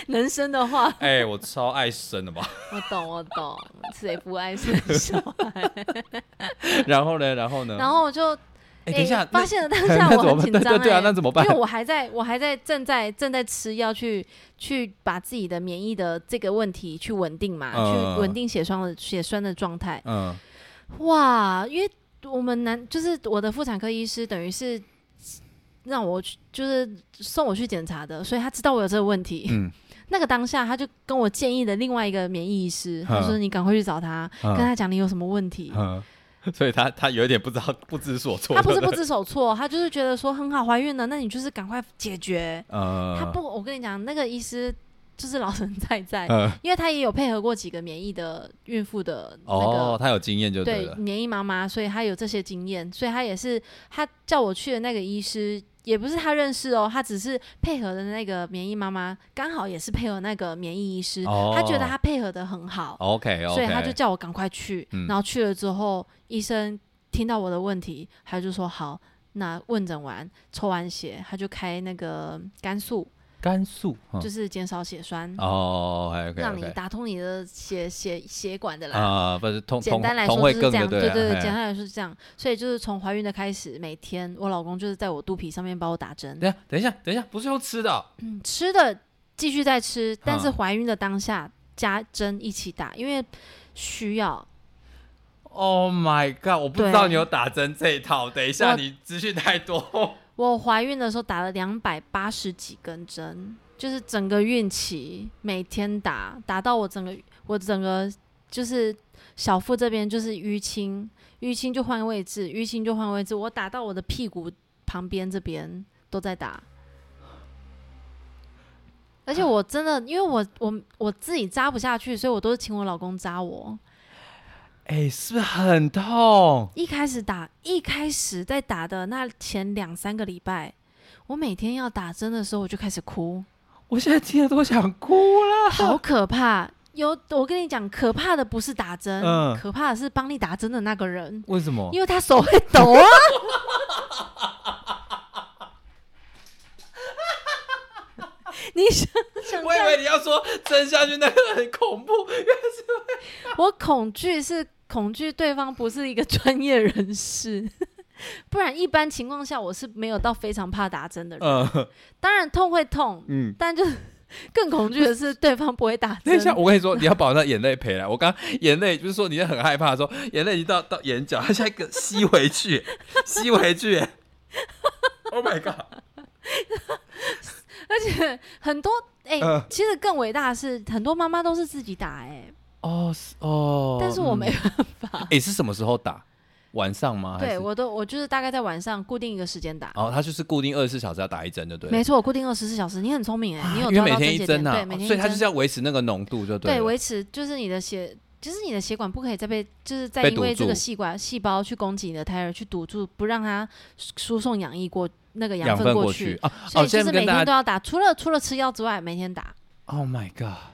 [SPEAKER 1] 能生的话，
[SPEAKER 2] 哎、我超爱生
[SPEAKER 1] <laughs>
[SPEAKER 2] 的吧。
[SPEAKER 1] 我懂，我懂，谁不爱生小
[SPEAKER 2] 嗯
[SPEAKER 1] 孩？
[SPEAKER 2] 然后呢，然后呢？
[SPEAKER 1] 然后我就
[SPEAKER 2] 哎、等一下，
[SPEAKER 1] 欸发
[SPEAKER 2] 那
[SPEAKER 1] 现了当
[SPEAKER 2] <laughs> 那
[SPEAKER 1] 下
[SPEAKER 2] 怎
[SPEAKER 1] 我
[SPEAKER 2] 么
[SPEAKER 1] 很紧
[SPEAKER 2] 办
[SPEAKER 1] 张、
[SPEAKER 2] 对
[SPEAKER 1] 欸，
[SPEAKER 2] 对啊那怎么办
[SPEAKER 1] 因为我还在我还在正在正在吃药去去把自己的免疫的这个问题去稳定嘛，
[SPEAKER 2] 嗯
[SPEAKER 1] 去稳定血栓的血栓的状态。
[SPEAKER 2] 嗯
[SPEAKER 1] 哇，因为我们男就是我的妇产科医师，等于是让我去就是送我去检查的，所以他知道我有这个问题。
[SPEAKER 2] 嗯
[SPEAKER 1] <laughs> 那个当下，他就跟我建议的另外一个免疫医师，他说
[SPEAKER 2] 嗯
[SPEAKER 1] 你赶快去找他，
[SPEAKER 2] 嗯
[SPEAKER 1] 跟他讲你有什么问题。
[SPEAKER 2] 嗯，所以他他有一点不知道不知
[SPEAKER 1] <laughs>
[SPEAKER 2] 所措，
[SPEAKER 1] 他不是
[SPEAKER 2] 对
[SPEAKER 1] 不
[SPEAKER 2] 对
[SPEAKER 1] 知所措，他就是觉得说很好怀孕了，那你就是赶快解决。
[SPEAKER 2] 呃，
[SPEAKER 1] 他不，我跟你讲，那个医师就是老神在在，
[SPEAKER 2] 呃
[SPEAKER 1] 因为他也有配合过几个免疫的孕妇的那个、
[SPEAKER 2] 哦，他有经验就
[SPEAKER 1] 对
[SPEAKER 2] 了，
[SPEAKER 1] 免疫妈妈，所以她有这些经验，所以她也是她叫我去的那个医师，也不是她认识哦，她只是配合的那个免疫妈妈，刚好也是配合那个免疫医师，
[SPEAKER 2] 哦
[SPEAKER 1] 她觉得她配合的很好，
[SPEAKER 2] OK OK，
[SPEAKER 1] 所以她就叫我赶快去，
[SPEAKER 2] 嗯
[SPEAKER 1] 然后去了之后，医生听到我的问题，他就说好。那问诊完，抽完血，他就开那个肝素，
[SPEAKER 2] 甘肃，嗯
[SPEAKER 1] 就是减少血栓，
[SPEAKER 2] 哦，OK
[SPEAKER 1] 让你
[SPEAKER 2] OK，
[SPEAKER 1] 打通你的血血血管的啦。
[SPEAKER 2] 啊，不是通
[SPEAKER 1] 简
[SPEAKER 2] 通
[SPEAKER 1] 单来
[SPEAKER 2] 通
[SPEAKER 1] 说
[SPEAKER 2] 会
[SPEAKER 1] 就是
[SPEAKER 2] 更
[SPEAKER 1] 这样，
[SPEAKER 2] 对
[SPEAKER 1] 对
[SPEAKER 2] 了
[SPEAKER 1] 对，
[SPEAKER 2] 嘿
[SPEAKER 1] 简单来说是这样。所以就是从怀孕的开始，每天我老公就是在我肚皮上面帮我打针，
[SPEAKER 2] 等一下，等一下，等一下，不是用吃的哦、
[SPEAKER 1] 嗯吃的继续在吃，但是
[SPEAKER 2] 嗯
[SPEAKER 1] 怀孕的当下加针一起打，因为需要。
[SPEAKER 2] Oh my god！我不
[SPEAKER 1] 对
[SPEAKER 2] 知道你有打针这一套。等一下，
[SPEAKER 1] 我
[SPEAKER 2] 你资讯太
[SPEAKER 1] <laughs>
[SPEAKER 2] 多。
[SPEAKER 1] 我怀孕的时候打了两百八十几根针，就是整个孕期每天打，打到我整个我整个就是小腹这边就是淤青，淤青就换位置，淤青就换位置，我打到我的屁股旁边这边都在打。而且我真的，因为我我我自己扎不下去，所以我都是请我老公扎我。
[SPEAKER 2] 哎、是不是很痛？
[SPEAKER 1] 一开始打，一开始在打的那前两三个礼拜，我每天要打针的时候，我就开始哭，
[SPEAKER 2] 我现在听了都想哭了。
[SPEAKER 1] 好可怕。有我跟你讲，可怕的不是打针，
[SPEAKER 2] 嗯哦
[SPEAKER 1] 可怕的是帮你打针的那个人，
[SPEAKER 2] 为什么？
[SPEAKER 1] 因为他手会抖啊。你想想
[SPEAKER 2] 我以
[SPEAKER 1] 看，
[SPEAKER 2] 为你要说针下去那个很恐怖。
[SPEAKER 1] 我恐惧是恐惧对方不是一个专业人士， <laughs> 不然一般情况下我是没有到非常怕打针的人。
[SPEAKER 2] 嗯
[SPEAKER 1] 当然痛会痛，
[SPEAKER 2] 嗯。
[SPEAKER 1] 但就是 <laughs> 更恐惧的是对方不会打
[SPEAKER 2] 等一
[SPEAKER 1] 针。
[SPEAKER 2] 下，我跟你说，你要把我那眼泪赔来。我刚眼泪就是说，你很害怕的时候，眼泪已经到到眼角，它现在给吸回
[SPEAKER 1] <laughs>
[SPEAKER 2] 去，吸回去。Oh my god！
[SPEAKER 1] 而且很多哎、
[SPEAKER 2] 嗯
[SPEAKER 1] 其实更伟大的是很多妈妈都是自己打哎、
[SPEAKER 2] 哦是哦，
[SPEAKER 1] 但是我没
[SPEAKER 2] 嗯。
[SPEAKER 1] <laughs>
[SPEAKER 2] 哎、是什么时候打？晚上吗？还
[SPEAKER 1] 对
[SPEAKER 2] 是
[SPEAKER 1] 我都我就是大概在晚上固定一个时间打。
[SPEAKER 2] 哦，他就是固定二十四小时要打一针，就对了。
[SPEAKER 1] 没错，我固定二十四小时。你很聪明哎、你有
[SPEAKER 2] 因为
[SPEAKER 1] 抓
[SPEAKER 2] 每
[SPEAKER 1] 到
[SPEAKER 2] 天
[SPEAKER 1] 这
[SPEAKER 2] 一
[SPEAKER 1] 节
[SPEAKER 2] 针
[SPEAKER 1] 点，
[SPEAKER 2] 呐、
[SPEAKER 1] 对，每天一针。
[SPEAKER 2] 所以他就是要维持那个浓度，就
[SPEAKER 1] 对
[SPEAKER 2] 了。
[SPEAKER 1] 维持，就是你的血，就是你的血管不可以再被，就是再
[SPEAKER 2] 被
[SPEAKER 1] 因
[SPEAKER 2] 堵
[SPEAKER 1] 为这个
[SPEAKER 2] 住
[SPEAKER 1] 细管细胞去攻击你的胎儿，去堵住，不让它输送氧液过那个
[SPEAKER 2] 养
[SPEAKER 1] 分
[SPEAKER 2] 过
[SPEAKER 1] 去。
[SPEAKER 2] 啊
[SPEAKER 1] 所
[SPEAKER 2] 哦，
[SPEAKER 1] 以就
[SPEAKER 2] 现
[SPEAKER 1] 是
[SPEAKER 2] 在
[SPEAKER 1] 每
[SPEAKER 2] 跟
[SPEAKER 1] 天
[SPEAKER 2] 大
[SPEAKER 1] 都
[SPEAKER 2] 家
[SPEAKER 1] 要打，除了除了吃药之外，每天打。
[SPEAKER 2] ，Oh my god，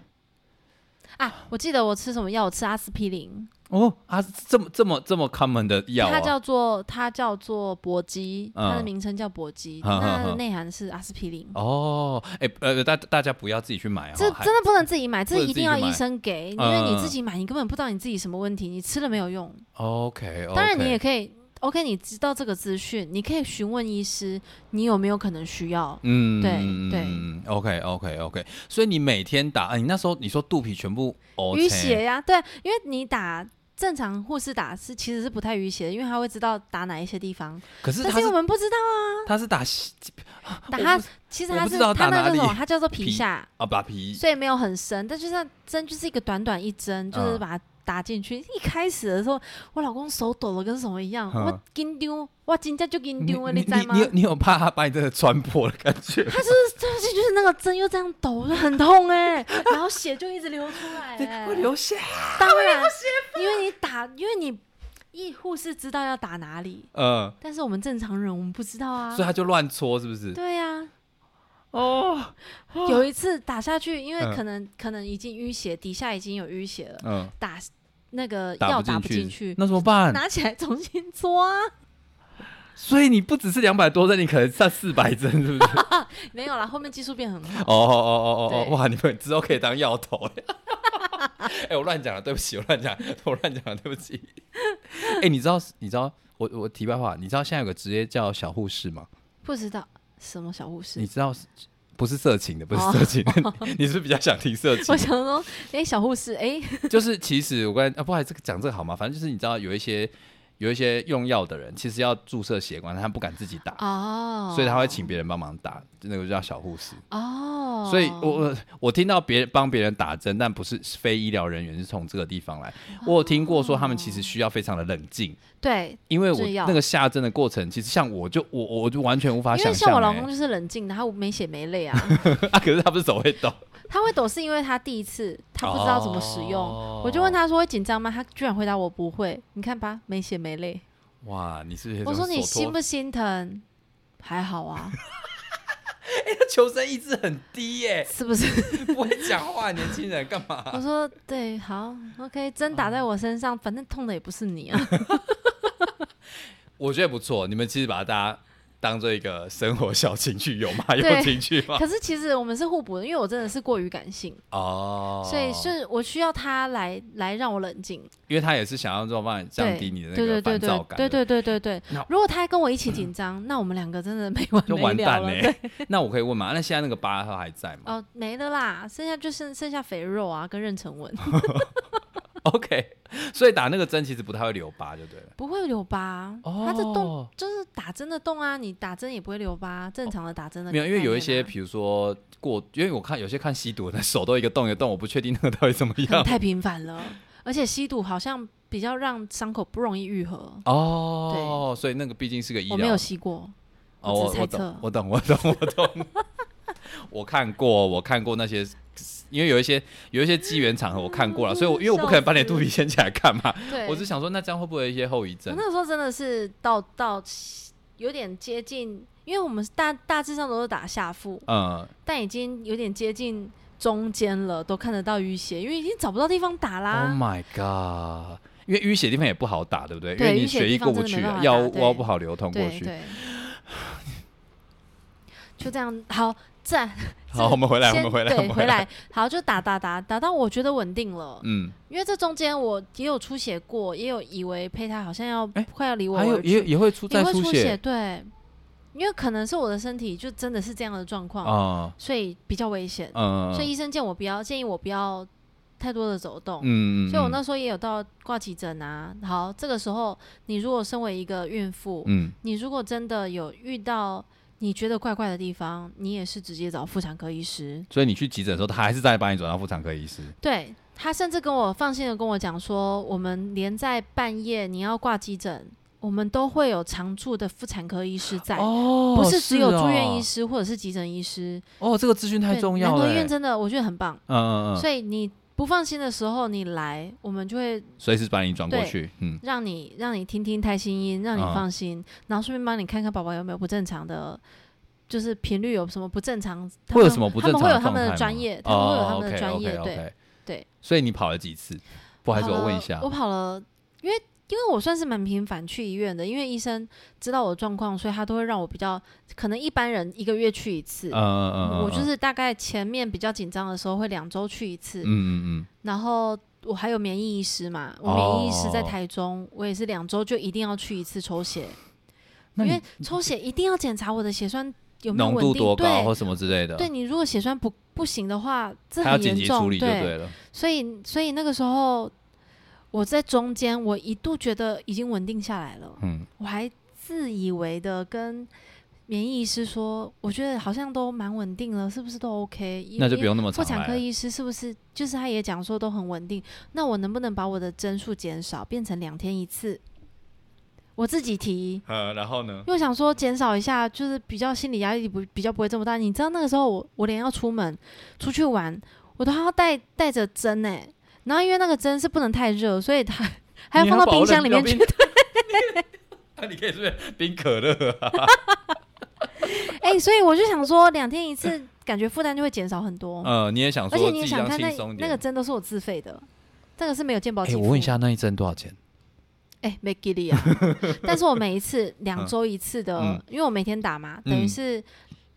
[SPEAKER 1] 啊，我记得我吃什么药，我吃阿司匹林，
[SPEAKER 2] 哦啊，这么这么这么 common 的药、
[SPEAKER 1] 它
[SPEAKER 2] 啊，
[SPEAKER 1] 叫做它叫做搏击，它的
[SPEAKER 2] 嗯
[SPEAKER 1] 名称叫搏
[SPEAKER 2] <laughs>
[SPEAKER 1] 击，
[SPEAKER 2] 哼哼
[SPEAKER 1] 那它的
[SPEAKER 2] 哼
[SPEAKER 1] 内涵是阿司匹林。
[SPEAKER 2] 哦，哎、呃，大大家不要自己去买啊、哦，
[SPEAKER 1] 这
[SPEAKER 2] 还
[SPEAKER 1] 真的不能自己买，这
[SPEAKER 2] 不能
[SPEAKER 1] 一
[SPEAKER 2] 自
[SPEAKER 1] 定
[SPEAKER 2] 己
[SPEAKER 1] 要
[SPEAKER 2] 去
[SPEAKER 1] 医
[SPEAKER 2] 买
[SPEAKER 1] 生给，因为你
[SPEAKER 2] 嗯
[SPEAKER 1] 自己买，你根本不知道你自己什么问题，你吃了没有用。
[SPEAKER 2] 哦 OK，, o k
[SPEAKER 1] 当然，你也可以，OK，你知道这个资讯，你可以询问医师，你有没有可能需要。
[SPEAKER 2] 嗯，
[SPEAKER 1] 对
[SPEAKER 2] 嗯，OK OK OK，所以你每天打，啊、你那时候你说肚皮全部哦，
[SPEAKER 1] 淤血呀、对，因为你打正常护士打是其实是不太淤血的，因为他会知道打哪一些地方，
[SPEAKER 2] 可是
[SPEAKER 1] 但
[SPEAKER 2] 他
[SPEAKER 1] 是
[SPEAKER 2] 是
[SPEAKER 1] 我们不知道啊
[SPEAKER 2] 他是打西
[SPEAKER 1] 打
[SPEAKER 2] 我
[SPEAKER 1] 他
[SPEAKER 2] 不，
[SPEAKER 1] 其实
[SPEAKER 2] 我
[SPEAKER 1] 他
[SPEAKER 2] 不
[SPEAKER 1] 是
[SPEAKER 2] 知道
[SPEAKER 1] 他
[SPEAKER 2] 打
[SPEAKER 1] 那
[SPEAKER 2] 哪
[SPEAKER 1] 叫什么？
[SPEAKER 2] 里
[SPEAKER 1] 他叫做皮
[SPEAKER 2] 皮
[SPEAKER 1] 下，
[SPEAKER 2] 啊，把皮
[SPEAKER 1] 所以没有很深，但就是那针就是一个短短一针，就是
[SPEAKER 2] 嗯
[SPEAKER 1] 把它打进去。一开始的时候，我老公手抖的跟什么一样，
[SPEAKER 2] 嗯
[SPEAKER 1] 我紧张，我紧张就紧
[SPEAKER 2] 你
[SPEAKER 1] 张了，
[SPEAKER 2] 你
[SPEAKER 1] 知道吗
[SPEAKER 2] 你？有你有怕他把你这个穿破的感
[SPEAKER 1] <laughs>
[SPEAKER 2] 觉吗？
[SPEAKER 1] 他就是就是就是那个针又这样抖，我就很痛哎、然后血就一直流出来、哎
[SPEAKER 2] 会流血，
[SPEAKER 1] 当然，因为你打，因为你医护是知道要打哪里，
[SPEAKER 2] 嗯、
[SPEAKER 1] 但是我们正常人我们不知道啊
[SPEAKER 2] 所以。他就乱搓，是不是？
[SPEAKER 1] 对呀、
[SPEAKER 2] 哦，
[SPEAKER 1] 有一次打下去，因为
[SPEAKER 2] 嗯
[SPEAKER 1] 可能、可能已经淤血，底下已经有淤血了，
[SPEAKER 2] 嗯，
[SPEAKER 1] 打那个
[SPEAKER 2] 打
[SPEAKER 1] 药
[SPEAKER 2] 不
[SPEAKER 1] 打不进
[SPEAKER 2] 进
[SPEAKER 1] 去，
[SPEAKER 2] 那怎么办？
[SPEAKER 1] 拿起来重新 <laughs> 搓啊。
[SPEAKER 2] 所以你不只是两百多针，你可能上四百针，是不是？
[SPEAKER 1] 没有啦，后面技术变很好。
[SPEAKER 2] <laughs> 哦哦哦哦
[SPEAKER 1] 对
[SPEAKER 2] 哦，哇！你们之后可以当药头。 <laughs> 哎、我乱讲了，对不起，我乱讲，我乱讲了，对不
[SPEAKER 1] <laughs>
[SPEAKER 2] 起。哎、你知道，你知道，我我题外话，你知道现在有个职业叫小护士吗？
[SPEAKER 1] 不知道什么小护
[SPEAKER 2] 你
[SPEAKER 1] 士，
[SPEAKER 2] 知道是不是色情的，不是
[SPEAKER 1] 哦
[SPEAKER 2] 色情
[SPEAKER 1] <laughs>
[SPEAKER 2] 的，你你是不是比较想听色情
[SPEAKER 1] 我？想说，哎、小护士，哎、
[SPEAKER 2] <laughs> 就是其实我刚才啊，不好意思，这个讲这个好吗？反正就是你知道有一些有一些用药的人，其实要注射血管，他不敢自己打，
[SPEAKER 1] 哦，
[SPEAKER 2] 所以他会请别人帮忙打，那个就叫小护士。
[SPEAKER 1] 哦，哦，
[SPEAKER 2] 所以我我 <laughs> 我听到别人帮别人打针，但不是非医疗人员，是从这个地方
[SPEAKER 1] 哦
[SPEAKER 2] 来。我有听过说他们其实需要非常的冷静，
[SPEAKER 1] 对，
[SPEAKER 2] 因为我
[SPEAKER 1] 制药
[SPEAKER 2] 那个下针的过程，其实像我就我我就完全无法
[SPEAKER 1] 因为
[SPEAKER 2] 想
[SPEAKER 1] 像
[SPEAKER 2] 象、
[SPEAKER 1] 我老公
[SPEAKER 2] 欸。 <laughs>
[SPEAKER 1] 就是冷静的，他没血没泪啊，
[SPEAKER 2] 啊，可是他不是手会抖，
[SPEAKER 1] 他会抖是因为他第一次他不知道怎么使用，
[SPEAKER 2] 哦
[SPEAKER 1] 我就问
[SPEAKER 2] 他，
[SPEAKER 1] 他说会紧张吗？他居然回答我不会，你看吧，没血没泪。
[SPEAKER 2] 哇，你是不是有
[SPEAKER 1] 我
[SPEAKER 2] 种
[SPEAKER 1] 说你
[SPEAKER 2] 手
[SPEAKER 1] 心
[SPEAKER 2] 托
[SPEAKER 1] 不心疼？还好啊，
[SPEAKER 2] <laughs> 求生意志很低耶、 <laughs>
[SPEAKER 1] 是不是？
[SPEAKER 2] 不会讲话，年轻人干 <laughs> 嘛？
[SPEAKER 1] <laughs> 我说对，好，OK，针打在我身上，反正痛的也不是你啊。
[SPEAKER 2] <laughs> 我觉得不错，你们其实把大家当做一个生活小情趣有吗？有
[SPEAKER 1] 对
[SPEAKER 2] 情趣吗？
[SPEAKER 1] 可是其实我们是互补的，因为我真的是过于感性，
[SPEAKER 2] 哦，
[SPEAKER 1] 所以是我需要他来来让我冷静，
[SPEAKER 2] 因为他也是想要这种办法降低你的那
[SPEAKER 1] 对对
[SPEAKER 2] 个
[SPEAKER 1] 对
[SPEAKER 2] 烦
[SPEAKER 1] 对
[SPEAKER 2] 躁感，
[SPEAKER 1] 对对对对对
[SPEAKER 2] 那。
[SPEAKER 1] 如果他跟我一起紧张，那我们两个真的没完
[SPEAKER 2] 就
[SPEAKER 1] 没
[SPEAKER 2] 完
[SPEAKER 1] 了
[SPEAKER 2] 蛋
[SPEAKER 1] 了。
[SPEAKER 2] 嘞、
[SPEAKER 1] 对
[SPEAKER 2] <laughs> 那我可以问吗？那现在那个疤它还在 <laughs>
[SPEAKER 1] <laughs>
[SPEAKER 2] 吗、
[SPEAKER 1] 哦，没了啦，剩下就剩剩下肥肉啊，跟妊娠
[SPEAKER 2] <laughs>
[SPEAKER 1] 纹，
[SPEAKER 2] o k 所以打那个针其实不太会留疤，就对了。
[SPEAKER 1] 不会留疤。
[SPEAKER 2] 哦，
[SPEAKER 1] 它这洞就是打针的洞啊，你打针也不会留疤，正常的打针的
[SPEAKER 2] 没有，因为有一
[SPEAKER 1] 概
[SPEAKER 2] 些，
[SPEAKER 1] 念啊
[SPEAKER 2] 比如说过，因为我看有些看吸毒的手都一个洞一个洞，我不确定那个到底怎么
[SPEAKER 1] 啊可能
[SPEAKER 2] 样。
[SPEAKER 1] 太频繁了，而且吸毒好像比较让伤口不容易愈合。
[SPEAKER 2] 哦，所以那个毕竟是个医
[SPEAKER 1] 我没
[SPEAKER 2] 疗
[SPEAKER 1] 有，吸过，我
[SPEAKER 2] 哦，我
[SPEAKER 1] 只猜
[SPEAKER 2] 我
[SPEAKER 1] 测
[SPEAKER 2] 懂，我懂，我懂，我懂。 <laughs> 我看过，我看过那些，因为有一些有一些机缘场合我看过了，所以我因为我不可能把你的肚皮掀起来看嘛，
[SPEAKER 1] 对，哦
[SPEAKER 2] 我只想说那这样会不会有一些后遗
[SPEAKER 1] 我
[SPEAKER 2] 症？
[SPEAKER 1] 那时候真的是到到有点接近，因为我们大大致上都是打下腹，
[SPEAKER 2] 嗯，
[SPEAKER 1] 但已经有点接近中间了，都看得到淤血，因为已经找不到地方打啦。
[SPEAKER 2] Oh my god！因为淤血地方也不好打，对不对？
[SPEAKER 1] 对
[SPEAKER 2] 因为你
[SPEAKER 1] 淤血的
[SPEAKER 2] 血
[SPEAKER 1] 地
[SPEAKER 2] 液
[SPEAKER 1] 方
[SPEAKER 2] 过不
[SPEAKER 1] 真的没
[SPEAKER 2] 去
[SPEAKER 1] 办
[SPEAKER 2] 啊，
[SPEAKER 1] 法
[SPEAKER 2] 药
[SPEAKER 1] 打
[SPEAKER 2] 物
[SPEAKER 1] 对
[SPEAKER 2] 药物不好流通过
[SPEAKER 1] 对
[SPEAKER 2] 去。
[SPEAKER 1] 对，就这样，好赞。
[SPEAKER 2] 好，我们回来，我
[SPEAKER 1] 先
[SPEAKER 2] 们回来，我
[SPEAKER 1] 对，
[SPEAKER 2] 们
[SPEAKER 1] 回
[SPEAKER 2] 来。
[SPEAKER 1] 来，好，就打打打打到我觉得稳定了，
[SPEAKER 2] 嗯，
[SPEAKER 1] 因为这中间我也有出血过，也有以为胚胎好像要
[SPEAKER 2] 哎
[SPEAKER 1] 快要离我
[SPEAKER 2] 还有
[SPEAKER 1] 而去
[SPEAKER 2] 也也会出
[SPEAKER 1] 也
[SPEAKER 2] 再
[SPEAKER 1] 会出
[SPEAKER 2] 血
[SPEAKER 1] 对，因为可能是我的身体就真的是这样的状况，
[SPEAKER 2] 啊，
[SPEAKER 1] 所以比较危险，
[SPEAKER 2] 嗯，
[SPEAKER 1] 哦所以
[SPEAKER 2] 嗯
[SPEAKER 1] 医生建我不要建议我不要太多的走动。
[SPEAKER 2] 嗯，
[SPEAKER 1] 所以我那
[SPEAKER 2] 嗯
[SPEAKER 1] 时候也有到挂急诊啊。好，这个时候你如果身为一个孕妇，
[SPEAKER 2] 嗯
[SPEAKER 1] 你如果真的有遇到你觉得怪怪的地方，你也是直接找妇产科医师。
[SPEAKER 2] 所以你去急诊的时候，他还是再把你转到妇产科医师。
[SPEAKER 1] 对他甚至跟我放心的跟我讲说，我们连在半夜你要挂急诊，我们都会有常驻的妇产科医师在。
[SPEAKER 2] 哦
[SPEAKER 1] 不是只有住院医
[SPEAKER 2] 师
[SPEAKER 1] 师或者是急诊医师，
[SPEAKER 2] 哦，这个资讯太
[SPEAKER 1] 对
[SPEAKER 2] 重
[SPEAKER 1] 南
[SPEAKER 2] 要
[SPEAKER 1] 投
[SPEAKER 2] 了
[SPEAKER 1] 医
[SPEAKER 2] 欸。
[SPEAKER 1] 院真的我觉得很棒，
[SPEAKER 2] 嗯嗯嗯，
[SPEAKER 1] 所以你不放心的时候你来，我们就会
[SPEAKER 2] 随时把你转过
[SPEAKER 1] 对
[SPEAKER 2] 去。嗯，
[SPEAKER 1] 让你让你听听胎心音，让你
[SPEAKER 2] 嗯
[SPEAKER 1] 放心，然后顺便帮你看看宝宝有没有不正常的，就是频率有什么不正常，他
[SPEAKER 2] 会有
[SPEAKER 1] 们
[SPEAKER 2] 什么不正
[SPEAKER 1] 他
[SPEAKER 2] 常
[SPEAKER 1] 们会有
[SPEAKER 2] 状
[SPEAKER 1] 他们
[SPEAKER 2] 态吗
[SPEAKER 1] 的专业，他们会有他
[SPEAKER 2] 哦
[SPEAKER 1] 们的专业，
[SPEAKER 2] ，OK，OK，OK
[SPEAKER 1] 对，。对
[SPEAKER 2] 所以你跑了几次？不好意思，
[SPEAKER 1] 跑
[SPEAKER 2] 我问一
[SPEAKER 1] 了
[SPEAKER 2] 下
[SPEAKER 1] 我。跑了，因为因为我算是蛮频繁去医院的，因为医生知道我的状况，所以他都会让我比较，可能一般人一个月去一次，
[SPEAKER 2] 嗯嗯嗯嗯，
[SPEAKER 1] 呃我就
[SPEAKER 2] 嗯
[SPEAKER 1] 是大概前面比较紧张的时候会两周去一次，
[SPEAKER 2] 嗯嗯
[SPEAKER 1] 然后我还有免疫医师嘛，我
[SPEAKER 2] 哦
[SPEAKER 1] 免疫医师在台中，我也是两周就一定要去一次抽血，
[SPEAKER 2] 嗯，那
[SPEAKER 1] 因
[SPEAKER 2] 你
[SPEAKER 1] 为抽血一定要检查我的血栓有没有
[SPEAKER 2] 浓
[SPEAKER 1] 稳
[SPEAKER 2] 度
[SPEAKER 1] 定，
[SPEAKER 2] 多高或
[SPEAKER 1] 对，
[SPEAKER 2] 什么之类的，
[SPEAKER 1] 对你如果血栓不不行的话，这
[SPEAKER 2] 他要
[SPEAKER 1] 很
[SPEAKER 2] 紧
[SPEAKER 1] 严
[SPEAKER 2] 急
[SPEAKER 1] 重，
[SPEAKER 2] 处理就对了。
[SPEAKER 1] 所以所以那个时候我在中间，我一度觉得已经稳定下来了，
[SPEAKER 2] 嗯，
[SPEAKER 1] 我还自以为的跟。免疫医师说：“我觉得好像都蛮稳定了，是不是都 OK？因
[SPEAKER 2] 那就
[SPEAKER 1] 因
[SPEAKER 2] 不用那么
[SPEAKER 1] 妇
[SPEAKER 2] 常
[SPEAKER 1] 产
[SPEAKER 2] 来
[SPEAKER 1] 科
[SPEAKER 2] 了。
[SPEAKER 1] 医师是不是就是他也讲说都很稳定？那我能不能把我的针数减少，变成两天一次？我自己提，
[SPEAKER 2] 呃，然后呢
[SPEAKER 1] 因？
[SPEAKER 2] <laughs>
[SPEAKER 1] 为我想说减少一下，就是比较心理压力不比较不会这么大。你知道那个时候我我连要出门出去玩，我都还要带带着针呢、欸然后因为那个针是不能太热，所以它还要
[SPEAKER 2] <laughs> 你
[SPEAKER 1] 放
[SPEAKER 2] 要
[SPEAKER 1] 到
[SPEAKER 2] 把
[SPEAKER 1] 冰
[SPEAKER 2] 我
[SPEAKER 1] 箱
[SPEAKER 2] 冷
[SPEAKER 1] 里
[SPEAKER 2] 掉
[SPEAKER 1] 面去
[SPEAKER 2] 冰。那你可以是冰可乐啊。
[SPEAKER 1] <laughs> 哎、所以我就想说两天一次，感觉负担就会减少很
[SPEAKER 2] <laughs>
[SPEAKER 1] 多。
[SPEAKER 2] <laughs> 呃，你也想
[SPEAKER 1] 而且
[SPEAKER 2] 说
[SPEAKER 1] 你
[SPEAKER 2] 自
[SPEAKER 1] 也
[SPEAKER 2] 己
[SPEAKER 1] 想
[SPEAKER 2] 让
[SPEAKER 1] 看
[SPEAKER 2] 轻
[SPEAKER 1] 那
[SPEAKER 2] 松一
[SPEAKER 1] 那个
[SPEAKER 2] 点。
[SPEAKER 1] 针都是我自费的，这个是没有健保给
[SPEAKER 2] 哎，
[SPEAKER 1] 付。
[SPEAKER 2] 我问一下，那一针多少钱？
[SPEAKER 1] 哎，没给力啊！ <laughs> 但是我每一次两周一次的，
[SPEAKER 2] 嗯
[SPEAKER 1] 因为我每天打嘛，等于
[SPEAKER 2] 嗯
[SPEAKER 1] 是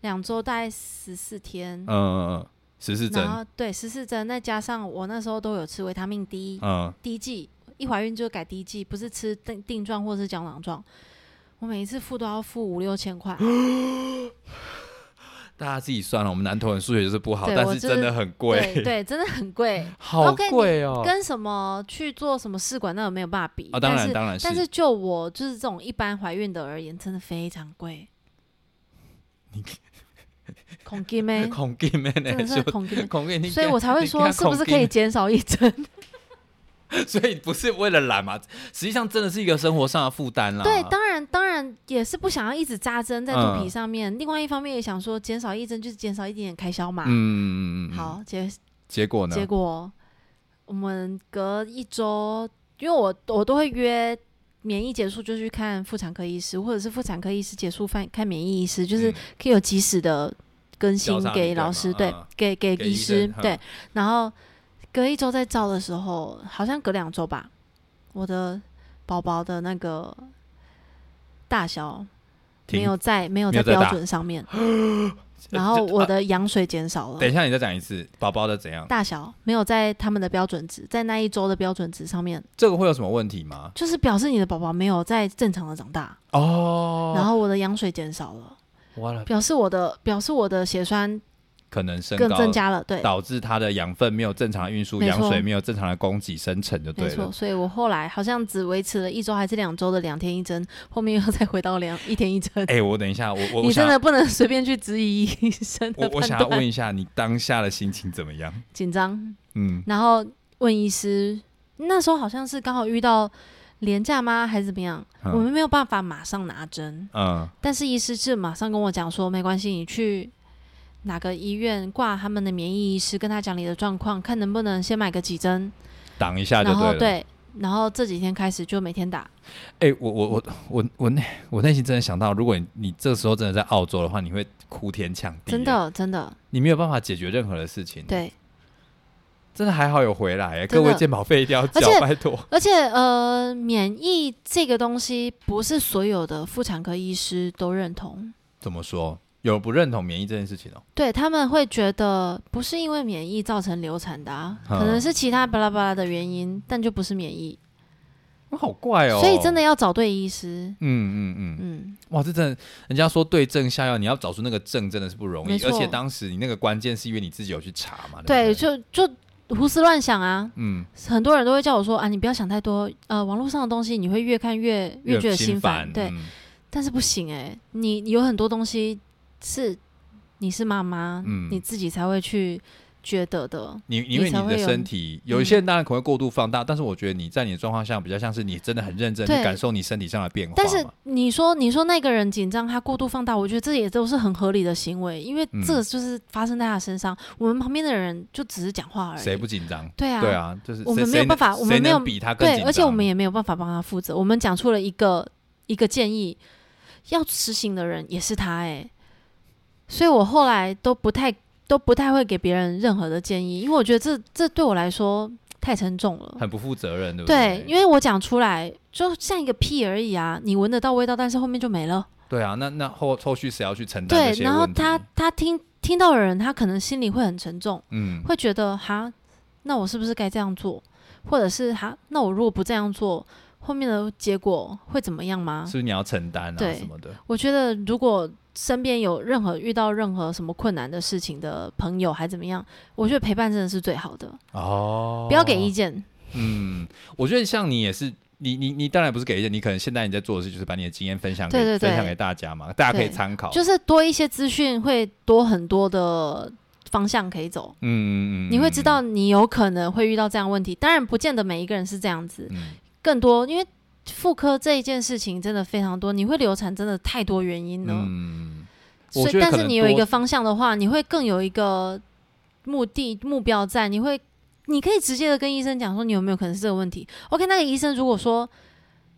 [SPEAKER 1] 两周大概十四天，
[SPEAKER 2] 嗯嗯嗯，十四针
[SPEAKER 1] 然。后对十四针，再加上我那时候都有吃维他命 D、
[SPEAKER 2] 嗯，
[SPEAKER 1] D 剂，一怀孕就改 D 剂，不是吃定定状或是胶囊状。我每一次付都要付五六千块，
[SPEAKER 2] 大家自己算了。我们南投人数学就是不好，
[SPEAKER 1] 对
[SPEAKER 2] 但
[SPEAKER 1] 我
[SPEAKER 2] 是
[SPEAKER 1] 就
[SPEAKER 2] 真
[SPEAKER 1] 是
[SPEAKER 2] 的很
[SPEAKER 1] 对
[SPEAKER 2] 贵，
[SPEAKER 1] 对，真的很贵，
[SPEAKER 2] <laughs> 好
[SPEAKER 1] OK，你
[SPEAKER 2] 贵哦。
[SPEAKER 1] 跟什么去做什么试管那个没有办法比。
[SPEAKER 2] 啊，当
[SPEAKER 1] 但
[SPEAKER 2] 然
[SPEAKER 1] 是
[SPEAKER 2] 当然
[SPEAKER 1] 但是就我就是这
[SPEAKER 2] <laughs>
[SPEAKER 1] 种一般怀孕的而言，真的非常贵。恐惧咩？
[SPEAKER 2] <laughs> 恐惧妹
[SPEAKER 1] 哎真
[SPEAKER 2] 呢，
[SPEAKER 1] 的是
[SPEAKER 2] 就
[SPEAKER 1] 恐惧咩？
[SPEAKER 2] 恐惧 <laughs> 你怕，
[SPEAKER 1] 所以我才会
[SPEAKER 2] 你
[SPEAKER 1] 说
[SPEAKER 2] 怕
[SPEAKER 1] 是不是
[SPEAKER 2] 恐惧
[SPEAKER 1] 可以减少一针？
[SPEAKER 2] 所以不是为了懒嘛，实际上真的是一个生活上的负担啦。
[SPEAKER 1] 对，当然当然也是不想要一直扎针在肚皮
[SPEAKER 2] 嗯
[SPEAKER 1] 上面，另外一方面也想说减少一针就是减少一点点开销嘛。
[SPEAKER 2] 嗯，嗯嗯嗯嗯，
[SPEAKER 1] 好，结
[SPEAKER 2] 结果呢？
[SPEAKER 1] 结果我们隔一周，因为我我都会约免疫结束就去看妇产科医师，或者是妇产科医师结束看看免疫医师，就是
[SPEAKER 2] 嗯
[SPEAKER 1] 可以有及时的更新
[SPEAKER 2] 交叉比
[SPEAKER 1] 给
[SPEAKER 2] 对
[SPEAKER 1] 老
[SPEAKER 2] 嘛
[SPEAKER 1] 师，
[SPEAKER 2] 嗯
[SPEAKER 1] 对
[SPEAKER 2] 嗯，
[SPEAKER 1] 给给
[SPEAKER 2] 给
[SPEAKER 1] 医
[SPEAKER 2] 医
[SPEAKER 1] 师
[SPEAKER 2] 生，
[SPEAKER 1] 对
[SPEAKER 2] 嗯，
[SPEAKER 1] 然后隔一周再照的时候，好像隔两周吧，我的宝宝的那个大小
[SPEAKER 2] 停
[SPEAKER 1] 没有在没有
[SPEAKER 2] 没有
[SPEAKER 1] 在
[SPEAKER 2] 在
[SPEAKER 1] 标
[SPEAKER 2] 大
[SPEAKER 1] 准上
[SPEAKER 2] <laughs>
[SPEAKER 1] 面，然后我的羊水减少了
[SPEAKER 2] 啊等。一下你再讲一次，宝宝的怎样？
[SPEAKER 1] 大小没有在他们的标准值，在那一周的标准值上面，
[SPEAKER 2] 这个会有什么问题吗？
[SPEAKER 1] 就是表示你的宝宝没有在正常的长大，
[SPEAKER 2] 哦，
[SPEAKER 1] 然后我的羊水减少了，
[SPEAKER 2] 完了，
[SPEAKER 1] 表示我的表示我的血栓
[SPEAKER 2] 可能升
[SPEAKER 1] 更
[SPEAKER 2] 高
[SPEAKER 1] 增加了，对，
[SPEAKER 2] 导致它的养分没有正常运输，
[SPEAKER 1] 没错
[SPEAKER 2] 羊水没有正常的供给生成就
[SPEAKER 1] 没
[SPEAKER 2] 对
[SPEAKER 1] 错，
[SPEAKER 2] 了。
[SPEAKER 1] 所以我后来好像只维持了一周还是两周的两天一针，后面又再回到两一天一针。
[SPEAKER 2] 哎、我等一下，我我
[SPEAKER 1] 你
[SPEAKER 2] 我
[SPEAKER 1] 真
[SPEAKER 2] 想
[SPEAKER 1] 的不能随便去质疑医生
[SPEAKER 2] 我
[SPEAKER 1] 的
[SPEAKER 2] 我想
[SPEAKER 1] 判
[SPEAKER 2] 要
[SPEAKER 1] 断， <laughs>
[SPEAKER 2] 问一下，你当下的心情怎么样？
[SPEAKER 1] 紧张，
[SPEAKER 2] 嗯，
[SPEAKER 1] 然后问医师，那时候好像是刚好遇到廉价吗，还是怎么样？
[SPEAKER 2] 嗯
[SPEAKER 1] 我们没有办法马上拿针，
[SPEAKER 2] 嗯
[SPEAKER 1] 但是医师是马上跟我讲说，没关系，你去哪个医院挂他们的免疫医师，跟他讲你的状况，看能不能先买个几针，
[SPEAKER 2] 挡一下啊就
[SPEAKER 1] 然后
[SPEAKER 2] 对了。
[SPEAKER 1] 对，然后这几天开始就每天打。
[SPEAKER 2] 哎、我我我我我内我内心真的想到，如果你你这时候真的在澳洲的话，你会哭天抢地，
[SPEAKER 1] 真，的，真的，
[SPEAKER 2] 你没有办法解决任何的事情。，
[SPEAKER 1] 对。
[SPEAKER 2] 真的还好有回来、哎
[SPEAKER 1] 真
[SPEAKER 2] 各
[SPEAKER 1] 的
[SPEAKER 2] 位健保费一定要
[SPEAKER 1] 而且
[SPEAKER 2] 缴，拜托。
[SPEAKER 1] 而且，呃，免疫这个东西不是所有的妇产科医师都认同，
[SPEAKER 2] 怎么说？有不认同免疫这件事情哦、
[SPEAKER 1] 对他们会觉得不是因为免疫造成流产的、啊，可能
[SPEAKER 2] 嗯
[SPEAKER 1] 是其他巴拉巴拉的原因，但就不是免疫，
[SPEAKER 2] 我好怪哦、
[SPEAKER 1] 所以真的，要找对医师。
[SPEAKER 2] 嗯嗯嗯，
[SPEAKER 1] 嗯，
[SPEAKER 2] 哇，这真的，人家说对症下药，你要找出那个症真的是不容
[SPEAKER 1] 没
[SPEAKER 2] 易，
[SPEAKER 1] 错
[SPEAKER 2] 而且当时你那个关键是因为你自己有去查嘛，
[SPEAKER 1] 对，
[SPEAKER 2] 对不对，
[SPEAKER 1] 就就胡思乱想啊，
[SPEAKER 2] 嗯，
[SPEAKER 1] 很多人都会叫我说啊，你不要想太多，呃，网络上的东西你会越看越越觉得
[SPEAKER 2] 心
[SPEAKER 1] 心烦，对，
[SPEAKER 2] 嗯
[SPEAKER 1] 但是不行哎、你你有很多东西是你是妈妈，
[SPEAKER 2] 嗯
[SPEAKER 1] 你自己才会去觉得的，
[SPEAKER 2] 你因为
[SPEAKER 1] 你才
[SPEAKER 2] 你
[SPEAKER 1] 会
[SPEAKER 2] 的
[SPEAKER 1] 有嗯
[SPEAKER 2] 身体，有一些人当然可能会过度放大，但是我觉得你在你的状况下比较像是你真的很认真去
[SPEAKER 1] 对
[SPEAKER 2] 感受你身体上的变化嘛，
[SPEAKER 1] 但是你说你说那个人紧张，他过度放大，我觉得这也都是很合理的行为，因为
[SPEAKER 2] 嗯
[SPEAKER 1] 这就是发生在他身上，我们旁边的人就只是讲话而已，
[SPEAKER 2] 谁不紧张？
[SPEAKER 1] 对啊，
[SPEAKER 2] 对啊，就是
[SPEAKER 1] 我们
[SPEAKER 2] 谁
[SPEAKER 1] 没有
[SPEAKER 2] 谁
[SPEAKER 1] 办法
[SPEAKER 2] 能
[SPEAKER 1] 我们
[SPEAKER 2] 谁
[SPEAKER 1] 没有
[SPEAKER 2] 能比他更
[SPEAKER 1] 对，
[SPEAKER 2] 紧张，
[SPEAKER 1] 而且我们也没有办法帮他负责，我们讲出了一个一个建议，要实行的人也是他哎、所以我后来都不太都不太会给别人任何的建议，因为我觉得这这对我来说太沉重了。
[SPEAKER 2] 很不欸负责任，对不
[SPEAKER 1] 对，
[SPEAKER 2] 对
[SPEAKER 1] 因为我讲出来就像一个屁而已啊，你闻得到味道，但是后面就没了。
[SPEAKER 2] 对啊，那那后后续谁要去承担
[SPEAKER 1] 对
[SPEAKER 2] 这，些
[SPEAKER 1] 然后
[SPEAKER 2] 问题？
[SPEAKER 1] 他他听听到的人，他可能心里会很沉重，
[SPEAKER 2] 嗯，
[SPEAKER 1] 会觉得哈，那我是不是该这样做？或者是哈，那我如果不这样做，后面的结果会怎么样吗
[SPEAKER 2] 是？不是你要承担啊
[SPEAKER 1] 对
[SPEAKER 2] 什么的？
[SPEAKER 1] 我觉得如果身边有任何遇到任何什么困难的事情的朋友还怎么样，我觉得陪伴真的是最好的，
[SPEAKER 2] 哦，
[SPEAKER 1] 不要给意见。
[SPEAKER 2] 嗯，我觉得像你也是，你你你当然不是给意见，你可能现在你在做的事就是把你的经验分享给
[SPEAKER 1] 对对对
[SPEAKER 2] 分享给大家嘛，大家可以
[SPEAKER 1] 对
[SPEAKER 2] 参考。
[SPEAKER 1] 就是多一些资讯，会多很多的方向可以走。
[SPEAKER 2] 嗯嗯嗯，
[SPEAKER 1] 你会知道你有可能会遇到这样的问题，当然不见得每一个人是这样子，
[SPEAKER 2] 嗯，
[SPEAKER 1] 更多因为妇科这一件事情真的非常多，你会流产真的太多原因
[SPEAKER 2] 嗯
[SPEAKER 1] 了。
[SPEAKER 2] 嗯，
[SPEAKER 1] 所
[SPEAKER 2] 我
[SPEAKER 1] 以
[SPEAKER 2] 觉得
[SPEAKER 1] 但
[SPEAKER 2] 可
[SPEAKER 1] 是
[SPEAKER 2] 能
[SPEAKER 1] 你有一
[SPEAKER 2] 多
[SPEAKER 1] 个方向的话，你会更有一个目的目标在，你会你可以直接的跟医生讲说你有没有可能是这个问题。OK，那个医生如果说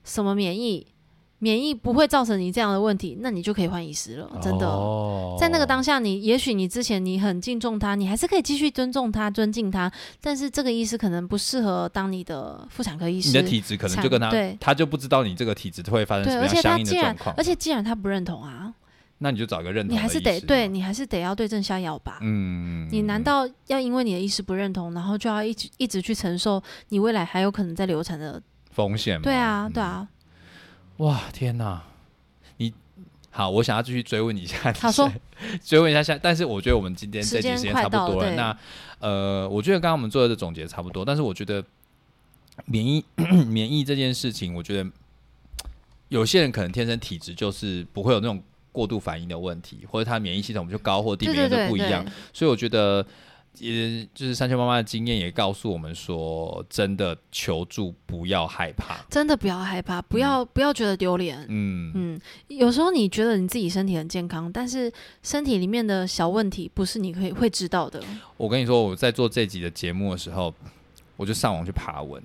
[SPEAKER 1] 什么免疫免疫不会造成你这样的问题，那你就可以换医师了，真的。
[SPEAKER 2] 哦
[SPEAKER 1] 在那个当下你，也许你之前你很敬重他，你还是可以继续尊重他、尊敬他，但是这个医师可能不适合当你的妇产科医师。
[SPEAKER 2] 你的体质可能就跟
[SPEAKER 1] 产
[SPEAKER 2] 他
[SPEAKER 1] 对，
[SPEAKER 2] 他就不知道你这个体质会发生
[SPEAKER 1] 对，
[SPEAKER 2] 什么
[SPEAKER 1] 而
[SPEAKER 2] 样
[SPEAKER 1] 且他
[SPEAKER 2] 相应的
[SPEAKER 1] 既然
[SPEAKER 2] 状况，，
[SPEAKER 1] 而且既然他不认同啊，
[SPEAKER 2] 那你就找一个认同
[SPEAKER 1] 你
[SPEAKER 2] 的
[SPEAKER 1] 还是
[SPEAKER 2] 医
[SPEAKER 1] 得
[SPEAKER 2] 师
[SPEAKER 1] 对
[SPEAKER 2] 嘛，
[SPEAKER 1] 你还是得要对症下药吧。
[SPEAKER 2] 嗯，
[SPEAKER 1] 你难道要因为你的医师不认同，然后就要一直一直去承受你未来还有可能在流产的？
[SPEAKER 2] 风险嘛？
[SPEAKER 1] 对啊，
[SPEAKER 2] 嗯
[SPEAKER 1] 对，啊。
[SPEAKER 2] 哇，天哪！你好，我想要继续追问一下，
[SPEAKER 1] 好说
[SPEAKER 2] <laughs> 追问一下下，但是我觉得我们今天这
[SPEAKER 1] 时
[SPEAKER 2] 集
[SPEAKER 1] 间
[SPEAKER 2] 时间
[SPEAKER 1] 快
[SPEAKER 2] 差不
[SPEAKER 1] 到
[SPEAKER 2] 多
[SPEAKER 1] 了
[SPEAKER 2] 了。
[SPEAKER 1] 对
[SPEAKER 2] 那呃，我觉得刚刚我们做的总结差不多，但是我觉得免疫 <clears throat> 免疫这件事情，我觉得有些人可能天生体质就是不会有那种。过度反应的问题，或者他免疫系统就高或低，
[SPEAKER 1] 对
[SPEAKER 2] 每
[SPEAKER 1] 对
[SPEAKER 2] 个人
[SPEAKER 1] 对
[SPEAKER 2] 都不一
[SPEAKER 1] 对
[SPEAKER 2] 样。所以我觉得，也就是山丘妈妈的经验也告诉我们说，真的求助不要害怕。
[SPEAKER 1] 真的不要害怕，不要、不要觉得丢脸。
[SPEAKER 2] 嗯，
[SPEAKER 1] 嗯，有时候你觉得你自己身体很健康，但是身体里面的小问题不是你可以会知道的。
[SPEAKER 2] 我跟你说，我在做这集的节目的时候，我就上网去爬文，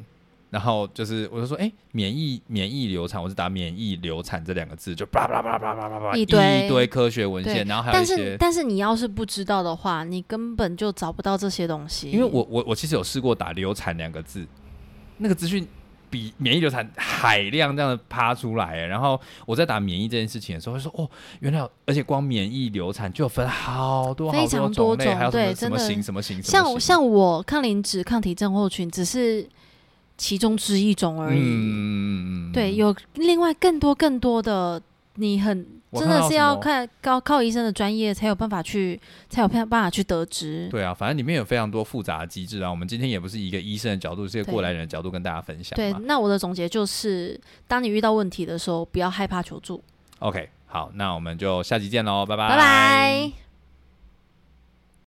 [SPEAKER 2] 然后就是我就说，哎、免疫免疫流产，我是打免疫流产这两个字，就叭叭叭叭叭叭叭
[SPEAKER 1] 一堆
[SPEAKER 2] 一堆科学文
[SPEAKER 1] 对
[SPEAKER 2] 献，然后还有
[SPEAKER 1] 但
[SPEAKER 2] 一
[SPEAKER 1] 是
[SPEAKER 2] 些。
[SPEAKER 1] 但是你要是不知道的话，你根本就找不到这些东西。
[SPEAKER 2] 因为我我我其实有试过打“流产”两个字，那个资讯比免疫流产海量这样的趴出来。欸然后我在打免疫这件事情的时候，会说哦，原来有而且光免疫流产就有分好多好
[SPEAKER 1] 非常
[SPEAKER 2] 种
[SPEAKER 1] 多
[SPEAKER 2] 类，
[SPEAKER 1] 种
[SPEAKER 2] 还有什
[SPEAKER 1] 对
[SPEAKER 2] 么什么
[SPEAKER 1] 真的
[SPEAKER 2] 型什么型，什么
[SPEAKER 1] 像
[SPEAKER 2] 型
[SPEAKER 1] 像我抗磷脂抗体症候群只是其中之一种而已。
[SPEAKER 2] 嗯嗯嗯嗯
[SPEAKER 1] 对，有另外更多更多的，你很
[SPEAKER 2] 我
[SPEAKER 1] 真
[SPEAKER 2] 看
[SPEAKER 1] 的
[SPEAKER 2] 到
[SPEAKER 1] 是
[SPEAKER 2] 什
[SPEAKER 1] 要
[SPEAKER 2] 么
[SPEAKER 1] 看靠靠医生的专业才有办法去才有办法去得知。
[SPEAKER 2] 对啊，反正里面有非常多复杂的机制啊。我们今天也不是以一个医生的角度，是一个过来人的角度跟大家分享
[SPEAKER 1] 对
[SPEAKER 2] 嘛。，
[SPEAKER 1] 那我的总结就是，当你遇到问题的时候，不要害怕求助。
[SPEAKER 2] OK，好，那我们就下期见喽，拜
[SPEAKER 1] 拜拜。